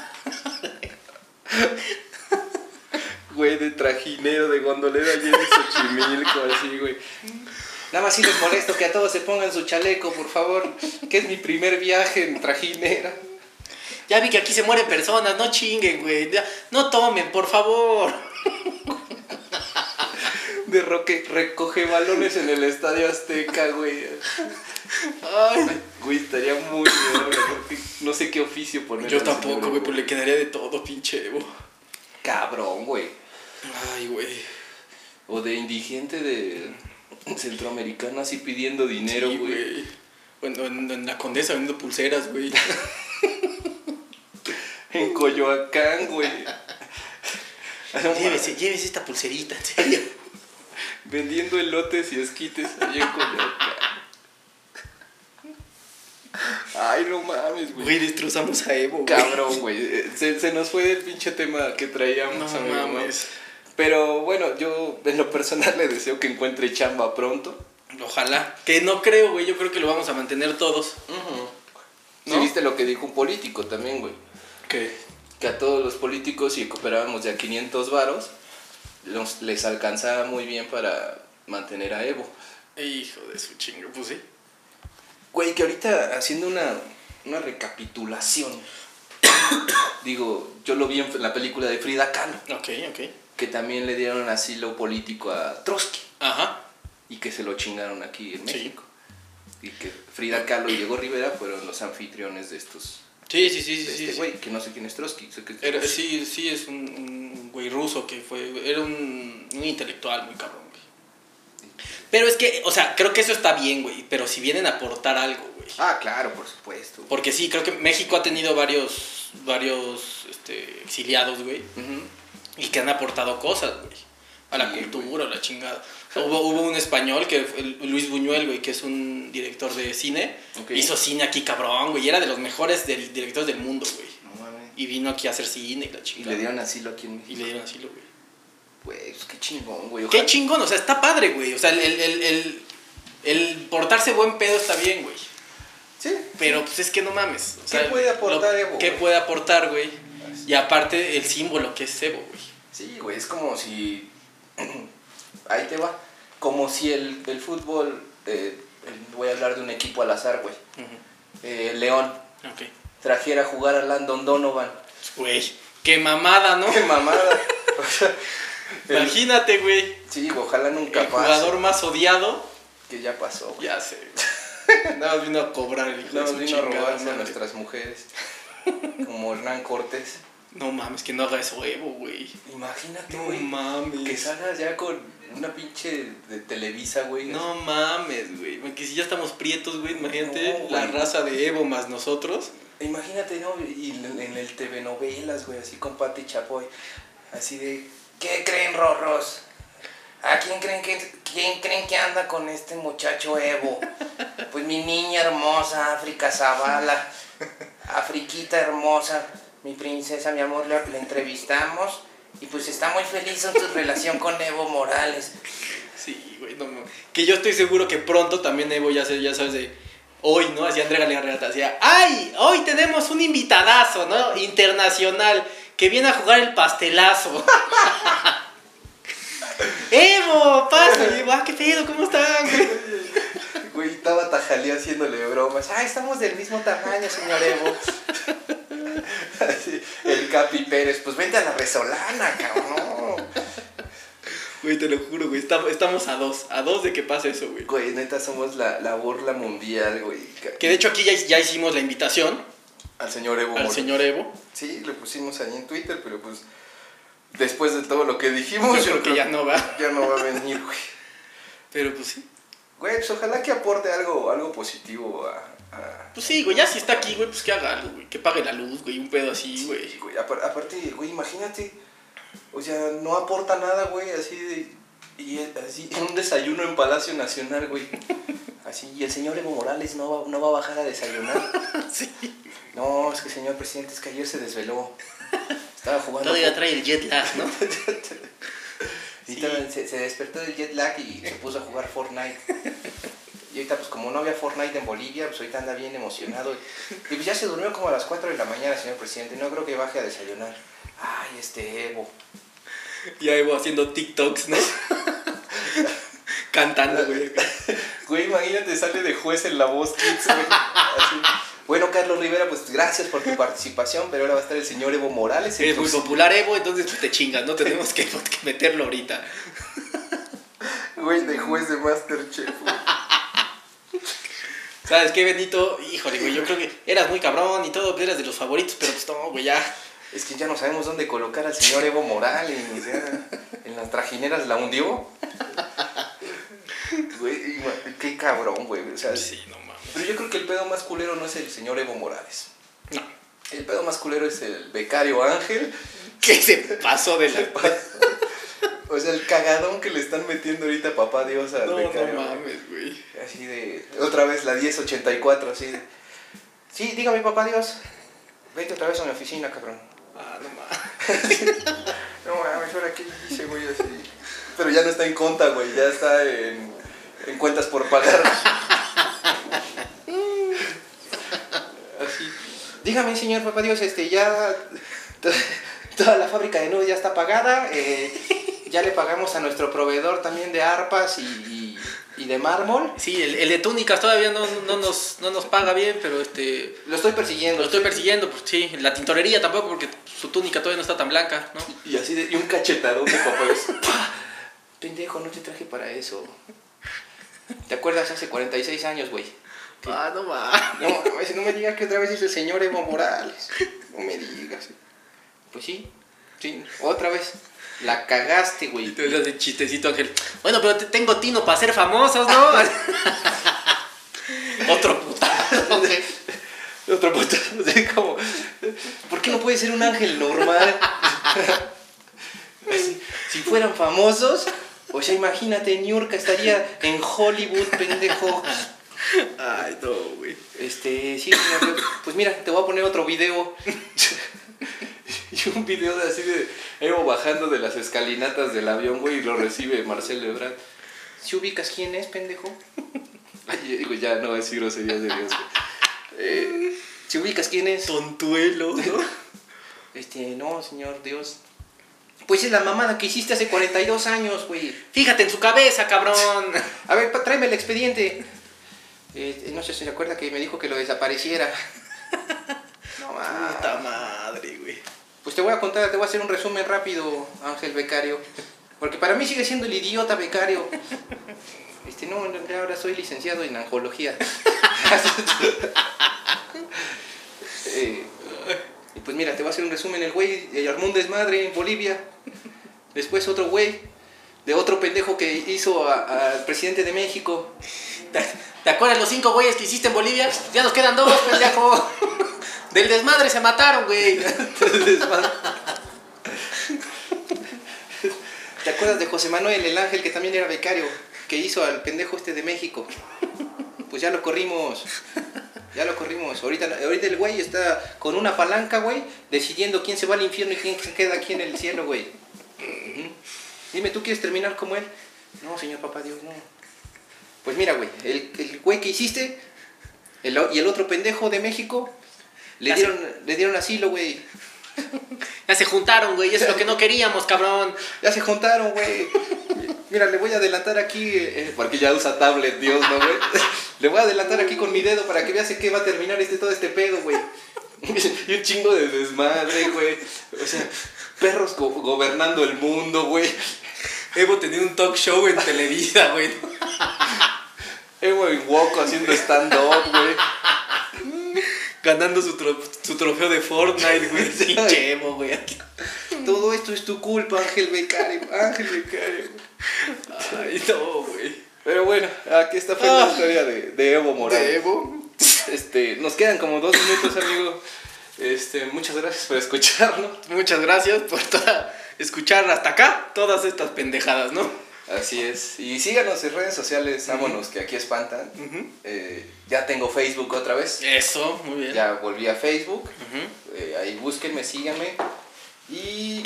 Speaker 4: Güey, de trajinero, de gondolero allí en Xochimilco, así, güey. Nada más sirve por esto que a todos se pongan su chaleco, por favor. Que es mi primer viaje en trajinera.
Speaker 3: Ya vi que aquí se mueren personas, no chinguen, güey. Ya, No tomen, por favor.
Speaker 4: De roque, recoge balones en el Estadio Azteca, güey.
Speaker 3: Ay.
Speaker 4: Güey, estaría muy bien, güey. No sé qué oficio poner.
Speaker 3: Yo tampoco, güey, pues le quedaría de todo, pinche Evo.
Speaker 4: Cabrón, güey.
Speaker 3: Ay, güey.
Speaker 4: O de indigente de centroamericano así pidiendo dinero,
Speaker 3: Sí,
Speaker 4: güey.
Speaker 3: Bueno, en, en la condesa vendiendo pulseras, güey.
Speaker 4: en Coyoacán, güey.
Speaker 3: llévese, llévese esta pulserita, en serio.
Speaker 4: Vendiendo elotes y esquites ahí en Coyoacán. Ay, no mames, güey.
Speaker 3: Güey, destrozamos a Evo, güey.
Speaker 4: Cabrón, güey. Eh, Se, se nos fue el pinche tema que
Speaker 3: No
Speaker 4: traíamos, amigo, ¿no?
Speaker 3: mames.
Speaker 4: Pero bueno, yo en lo personal le deseo que encuentre chamba pronto.
Speaker 3: Ojalá. Que no creo, güey. Yo creo que lo vamos a mantener todos.
Speaker 4: Si
Speaker 3: ¿No?
Speaker 4: viste lo que dijo un político también, güey.
Speaker 3: ¿Qué?
Speaker 4: que a todos los políticos si cooperábamos de a 500 varos, los- les alcanzaba muy bien para mantener a Evo.
Speaker 3: Hijo de su chingo, pues sí.
Speaker 4: Güey, que ahorita haciendo una, una recapitulación, digo, yo lo vi en la película de Frida Kahlo,
Speaker 3: Ok, ok.
Speaker 4: que también le dieron asilo político a Trotsky
Speaker 3: Ajá.
Speaker 4: y que se lo chingaron aquí en
Speaker 3: Sí.
Speaker 4: México. Y que Frida Kahlo y Diego Rivera fueron los anfitriones de estos
Speaker 3: Sí, sí, sí, sí.
Speaker 4: de
Speaker 3: sí,
Speaker 4: este
Speaker 3: sí.
Speaker 4: güey, que no sé quién es Trotsky. sé que es
Speaker 3: Era-
Speaker 4: ruso.
Speaker 3: sí, sí, es un, un güey ruso que fue. Era un, un intelectual muy cabrón, güey. Pero es que, o sea, creo que eso está bien, güey. Pero si vienen a aportar algo, güey.
Speaker 4: Ah, claro, por supuesto.
Speaker 3: Porque sí, creo que México ha tenido varios, varios este, exiliados, güey.
Speaker 4: Ujú.
Speaker 3: Y que han aportado cosas, güey. A la
Speaker 4: Sí,
Speaker 3: cultura, a la chingada. Hubo, hubo un español, que fue el- Luis Buñuel, güey, que es un director de cine.
Speaker 4: Ok.
Speaker 3: Hizo cine aquí, cabrón, güey. Y era de los mejores del- directores del mundo, güey.
Speaker 4: No mames.
Speaker 3: Y vino aquí a hacer cine y la
Speaker 4: Y
Speaker 3: chingada.
Speaker 4: le dieron asilo aquí en
Speaker 3: Y
Speaker 4: México.
Speaker 3: le dieron asilo, güey.
Speaker 4: Güey, pues qué chingón, güey.
Speaker 3: Qué
Speaker 4: ojalá-
Speaker 3: chingón, o sea, está padre, güey. O sea, el, el, el, el, el portarse buen pedo está bien, güey.
Speaker 4: Sí.
Speaker 3: Pero pues es que no mames. O
Speaker 4: ¿Qué puede aportar
Speaker 3: lo-
Speaker 4: Evo,
Speaker 3: ¿Qué
Speaker 4: güey?
Speaker 3: puede aportar, güey? Y aparte el símbolo que es Evo, güey.
Speaker 4: Sí, güey, es como si. Ahí te va. Como si el, el fútbol. eh, voy a hablar de un equipo al azar, güey. Eh, León
Speaker 3: Ok.
Speaker 4: trajera a jugar a Landon Donovan.
Speaker 3: Pues, Güey, qué mamada, ¿no?
Speaker 4: ¡Qué mamada! O sea, el-
Speaker 3: Imagínate, güey.
Speaker 4: sí, güey, ojalá nunca
Speaker 3: El
Speaker 4: pase.
Speaker 3: jugador más odiado.
Speaker 4: Que ya pasó, güey.
Speaker 3: Ya sé. güey. Nada más vino a cobrar el hijo de
Speaker 4: No,
Speaker 3: su
Speaker 4: vino a
Speaker 3: chingada
Speaker 4: robarse a
Speaker 3: madre.
Speaker 4: nuestras mujeres. Como Hernán Cortés.
Speaker 3: No mames, que no haga eso Evo, güey.
Speaker 4: Imagínate,
Speaker 3: No
Speaker 4: güey.
Speaker 3: mames.
Speaker 4: que salgas ya con una pinche de Televisa, güey.
Speaker 3: No mames, güey. Que si ya estamos prietos, güey, imagínate
Speaker 4: No,
Speaker 3: la
Speaker 4: güey.
Speaker 3: raza de Evo más nosotros.
Speaker 4: Imagínate, ¿no? Y en en el TV novelas, güey, así con Pati Chapoy. Así de, ¿qué creen, Rorros? ¿A quién creen que, quién creen que anda con este muchacho Evo? Pues mi niña hermosa, África Zavala. Afriquita hermosa, mi princesa, mi amor, la, la entrevistamos. Y pues está muy feliz en su relación con Evo Morales.
Speaker 3: Sí, güey, no mames. Que yo estoy seguro que pronto también Evo ya, se- ya sabes de. Hoy, ¿no? Hacía Andrea Galea Reata, hacía. ¡Ay! Hoy tenemos un invitadazo, ¿no? Internacional. Que viene a jugar el pastelazo. ¡Evo! ¡Pásale! Evo. ¡Ah, qué pedo! ¿Cómo están? güey?
Speaker 4: Güey, estaba Tajalí haciéndole bromas. Ah, estamos del mismo tamaño, señor Evo. Así, el Capi Pérez, pues vente a la resolana, cabrón.
Speaker 3: Güey, te lo juro, güey. Estamos, estamos a dos. A dos de que pase eso, güey.
Speaker 4: Güey, neta, somos la, la burla mundial, güey. Ca-
Speaker 3: Que de hecho aquí ya, ya hicimos la invitación
Speaker 4: Al señor Evo.
Speaker 3: al
Speaker 4: Morales.
Speaker 3: señor E- Evo.
Speaker 4: Sí, lo pusimos ahí en Twitter, pero pues después de todo lo que dijimos,
Speaker 3: Yo creo que ya no va.
Speaker 4: ya no va a venir, güey.
Speaker 3: Pero pues sí.
Speaker 4: Güey, pues ojalá que aporte algo, algo positivo a... a-
Speaker 3: Pues sí, güey, ya si está aquí, güey, pues que haga algo, güey. Que pague la luz, güey, un pedo así, güey.
Speaker 4: Sí, güey, apar- aparte, güey, imagínate. O sea, no aporta nada, güey, así de. Y el- así, un desayuno en Palacio Nacional, güey. Así, y el señor Evo Morales no va, no va a bajar a desayunar.
Speaker 3: Sí.
Speaker 4: No, es que señor presidente, es que ayer se desveló. Estaba jugando.
Speaker 3: Todavía trae el jet lag, ¿no?
Speaker 4: Y tal, se, se despertó del jet lag y se puso a jugar Fortnite. Y ahorita, pues como no había Fortnite en Bolivia, pues ahorita anda bien emocionado. Y pues ya se durmió como a las 4 de la mañana, señor presidente. No creo que baje a desayunar. Ay, este Evo.
Speaker 3: Y ahí voy haciendo TikToks, ¿no? Cantando, güey.
Speaker 4: Güey, imagínate, sale de juez en la voz Kids, güey. Así. Bueno, Carlos Rivera, pues gracias por tu participación, pero ahora va a estar el señor Evo Morales.
Speaker 3: Es muy
Speaker 4: Entonces,
Speaker 3: popular, Evo, entonces pues, te chingas, no tenemos que pues, que meterlo ahorita.
Speaker 4: Güey, de juez de Masterchef, güey.
Speaker 3: ¿Sabes qué, Benito? Híjole, güey, yo creo que eras muy cabrón y todo, eras de los favoritos, pero pues no, güey, ya.
Speaker 4: Es que ya no sabemos dónde colocar al señor Evo Morales. ya. En las trajineras la hundió. Güey, ima- qué cabrón, güey. o sea,
Speaker 3: Pues Sí, no mames.
Speaker 4: Pero yo creo que el pedo más culero no es el señor Evo Morales. El pedo más culero es el becario Ángel.
Speaker 3: ¿Qué se pasó de la...
Speaker 4: O sea, el cagadón que le están metiendo ahorita a papá Dios al
Speaker 3: No, no
Speaker 4: becario.
Speaker 3: mames, güey.
Speaker 4: Así de. Otra vez la 1084, así de. Sí, dígame, papá Dios. Vete otra vez a mi oficina, cabrón.
Speaker 3: Ah, no mames.
Speaker 4: No mames, ahora qué hice, güey, así. Pero ya no está en conta, güey, ya está en, en cuentas por pagar. Así. Dígame, señor papá Dios, este, ya to- toda la fábrica de nudos ya está pagada. eh, ya le pagamos a nuestro proveedor también de arpas y, y- y de mármol.
Speaker 3: Sí, el, el de túnicas todavía no, no, nos, no nos paga bien, pero este
Speaker 4: Lo estoy
Speaker 3: lo
Speaker 4: persiguiendo.
Speaker 3: estoy persiguiendo, pues sí. La tintorería tampoco, porque su túnica todavía no está tan blanca, ¿no?
Speaker 4: Y así de, y un cachetadón de papá Dios. ¡Pah! Pendejo, no te traje para eso. ¿Te acuerdas hace 46 años, güey?
Speaker 3: Ah, no mames.
Speaker 4: No, a veces no me digas que otra vez es el señor Evo Morales. No me digas. Pues sí, sí, otra vez. La cagaste, güey.
Speaker 3: Entonces hace chistecito Ángel. Bueno, pero te- tengo tino para ser famosos, ¿no? Otro putazo.
Speaker 4: Otro puto. así como, ¿Por qué no puede ser un ángel normal? Así, si fueran famosos, o sea, imagínate, New York estaría en Hollywood, pendejo.
Speaker 3: Ay, no, güey.
Speaker 4: Este, sí, mira, pues- pues mira, te voy a poner otro video. Y un video de así de Evo bajando de las escalinatas del avión, güey, y lo recibe Marcelo Ebrard. ¿Si ubicas quién es, pendejo? Ay, digo, ya no, es groserías de Dios, güey. Eh, ¿Si ubicas quién es?
Speaker 3: Tontuelo, ¿no?
Speaker 4: Este, no, señor Dios. Pues es la mamada que hiciste hace 42 años, güey.
Speaker 3: Fíjate en su cabeza, cabrón.
Speaker 4: A ver, pa- tráeme el expediente. Eh, no sé si se acuerda que me dijo que lo desapareciera. No mames.
Speaker 3: Puta madre, güey.
Speaker 4: Pues te voy a contar, te voy a hacer un resumen rápido, Ángel Becario. Porque para mí sigue siendo el idiota becario. Este, no, no, ya ahora soy licenciado en angiología. Eh, y pues mira, te voy a hacer un resumen. El güey eh, armó un desmadre en Bolivia. Después otro güey de otro pendejo que hizo a- al presidente de México.
Speaker 3: ¿Te acuerdas los cinco güeyes que hiciste en Bolivia? Ya nos quedan dos, pendejo. Del desmadre se mataron, güey.
Speaker 4: ¿Te acuerdas de José Manuel, el ángel que también era becario, que hizo al pendejo este de México? Pues ya lo corrimos. Ya lo corrimos. Ahorita, ahorita el güey está con una palanca, güey, decidiendo quién se va al infierno y quién se queda aquí en el cielo, güey. Ujú. Dime, ¿tú quieres terminar como él? No, señor papá Dios, no. Pues mira, güey, el, el güey que hiciste el o- y el otro pendejo de México le
Speaker 3: Ya sé.
Speaker 4: dieron, le dieron asilo, güey.
Speaker 3: Ya se juntaron, güey. Eso es lo que no queríamos, cabrón.
Speaker 4: Ya se juntaron, güey. Mira, le voy a adelantar aquí, eh, porque ya usa tablet, Dios, ¿no, güey? Le voy a adelantar aquí con mi dedo para que veas en qué va a terminar este, todo este pedo, güey. Y un chingo de desmadre, güey. O sea, perros go- gobernando el mundo, güey.
Speaker 3: Evo tenía un talk show en Televisa, güey.
Speaker 4: Evo y Woco haciendo stand-up, güey.
Speaker 3: Ganando su, trofeo de Fortnite, güey. Pinche Evo, güey.
Speaker 4: Todo esto es tu culpa, Ángel Becario. Ángel Becario.
Speaker 3: Ay, no, güey.
Speaker 4: Pero bueno, aquí está fue la historia de, de Evo Morales.
Speaker 3: Ah. De Evo.
Speaker 4: Este, nos quedan como dos minutos, amigo. Este, muchas gracias por escucharnos.
Speaker 3: Muchas gracias por toda- escuchar hasta acá todas estas pendejadas, ¿no?
Speaker 4: Así es. Y síganos en redes sociales, vámonos, que aquí espantan. Eh, ya tengo Facebook otra vez.
Speaker 3: Eso, muy bien.
Speaker 4: Ya volví a Facebook.
Speaker 3: Ujú.
Speaker 4: Eh, ahí búsquenme, síganme. Y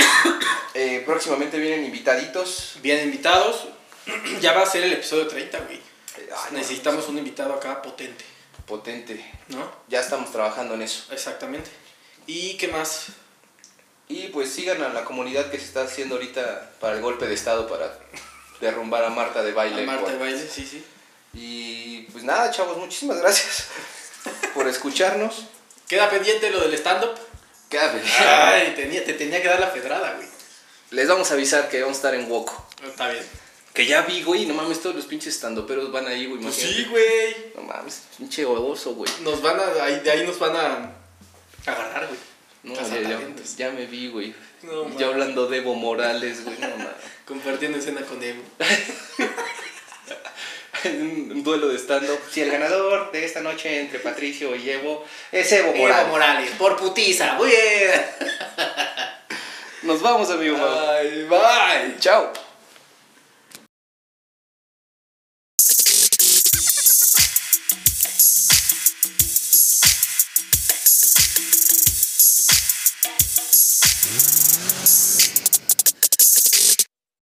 Speaker 4: eh, próximamente vienen invitaditos.
Speaker 3: Bien invitados. ya va a ser el episodio 30, güey.
Speaker 4: Eh, ah, no,
Speaker 3: Necesitamos un invitado acá potente,
Speaker 4: Potente.
Speaker 3: ¿no?
Speaker 4: Ya estamos trabajando en eso.
Speaker 3: Exactamente. ¿Y qué más?
Speaker 4: Y pues sigan a la comunidad que se está haciendo ahorita para el golpe de estado para derrumbar a Marta de
Speaker 3: A
Speaker 4: baile.
Speaker 3: Marta de baile, sí, sí.
Speaker 4: Y pues nada, chavos, muchísimas gracias por escucharnos.
Speaker 3: Queda pendiente lo del stand-up.
Speaker 4: Cabe.
Speaker 3: Ay, tenía, te tenía que dar la pedrada, güey.
Speaker 4: Les vamos a avisar que vamos a estar en Woco.
Speaker 3: Está bien.
Speaker 4: Que ya vi, güey, no mames, todos los pinches estandoperos van ahí, güey.
Speaker 3: Pues
Speaker 4: imagínate.
Speaker 3: sí, güey.
Speaker 4: No mames, pinche oso, güey.
Speaker 3: Nos van a, ahí, de ahí nos van a agarrar, güey.
Speaker 4: No, ya, ya,
Speaker 3: Cazatalentos.
Speaker 4: ya me vi, güey.
Speaker 3: No mames.
Speaker 4: ya hablando de Evo Morales, güey, no mames.
Speaker 3: Compartiendo escena con Evo.
Speaker 4: un, un duelo de stand-up. Si el ganador de esta noche entre Patricio y Evo es Evo
Speaker 3: Evo Morales, por putiza, muy bien.
Speaker 4: Nos vamos, amigo. Mau.
Speaker 3: Bye, bye.
Speaker 4: Chao.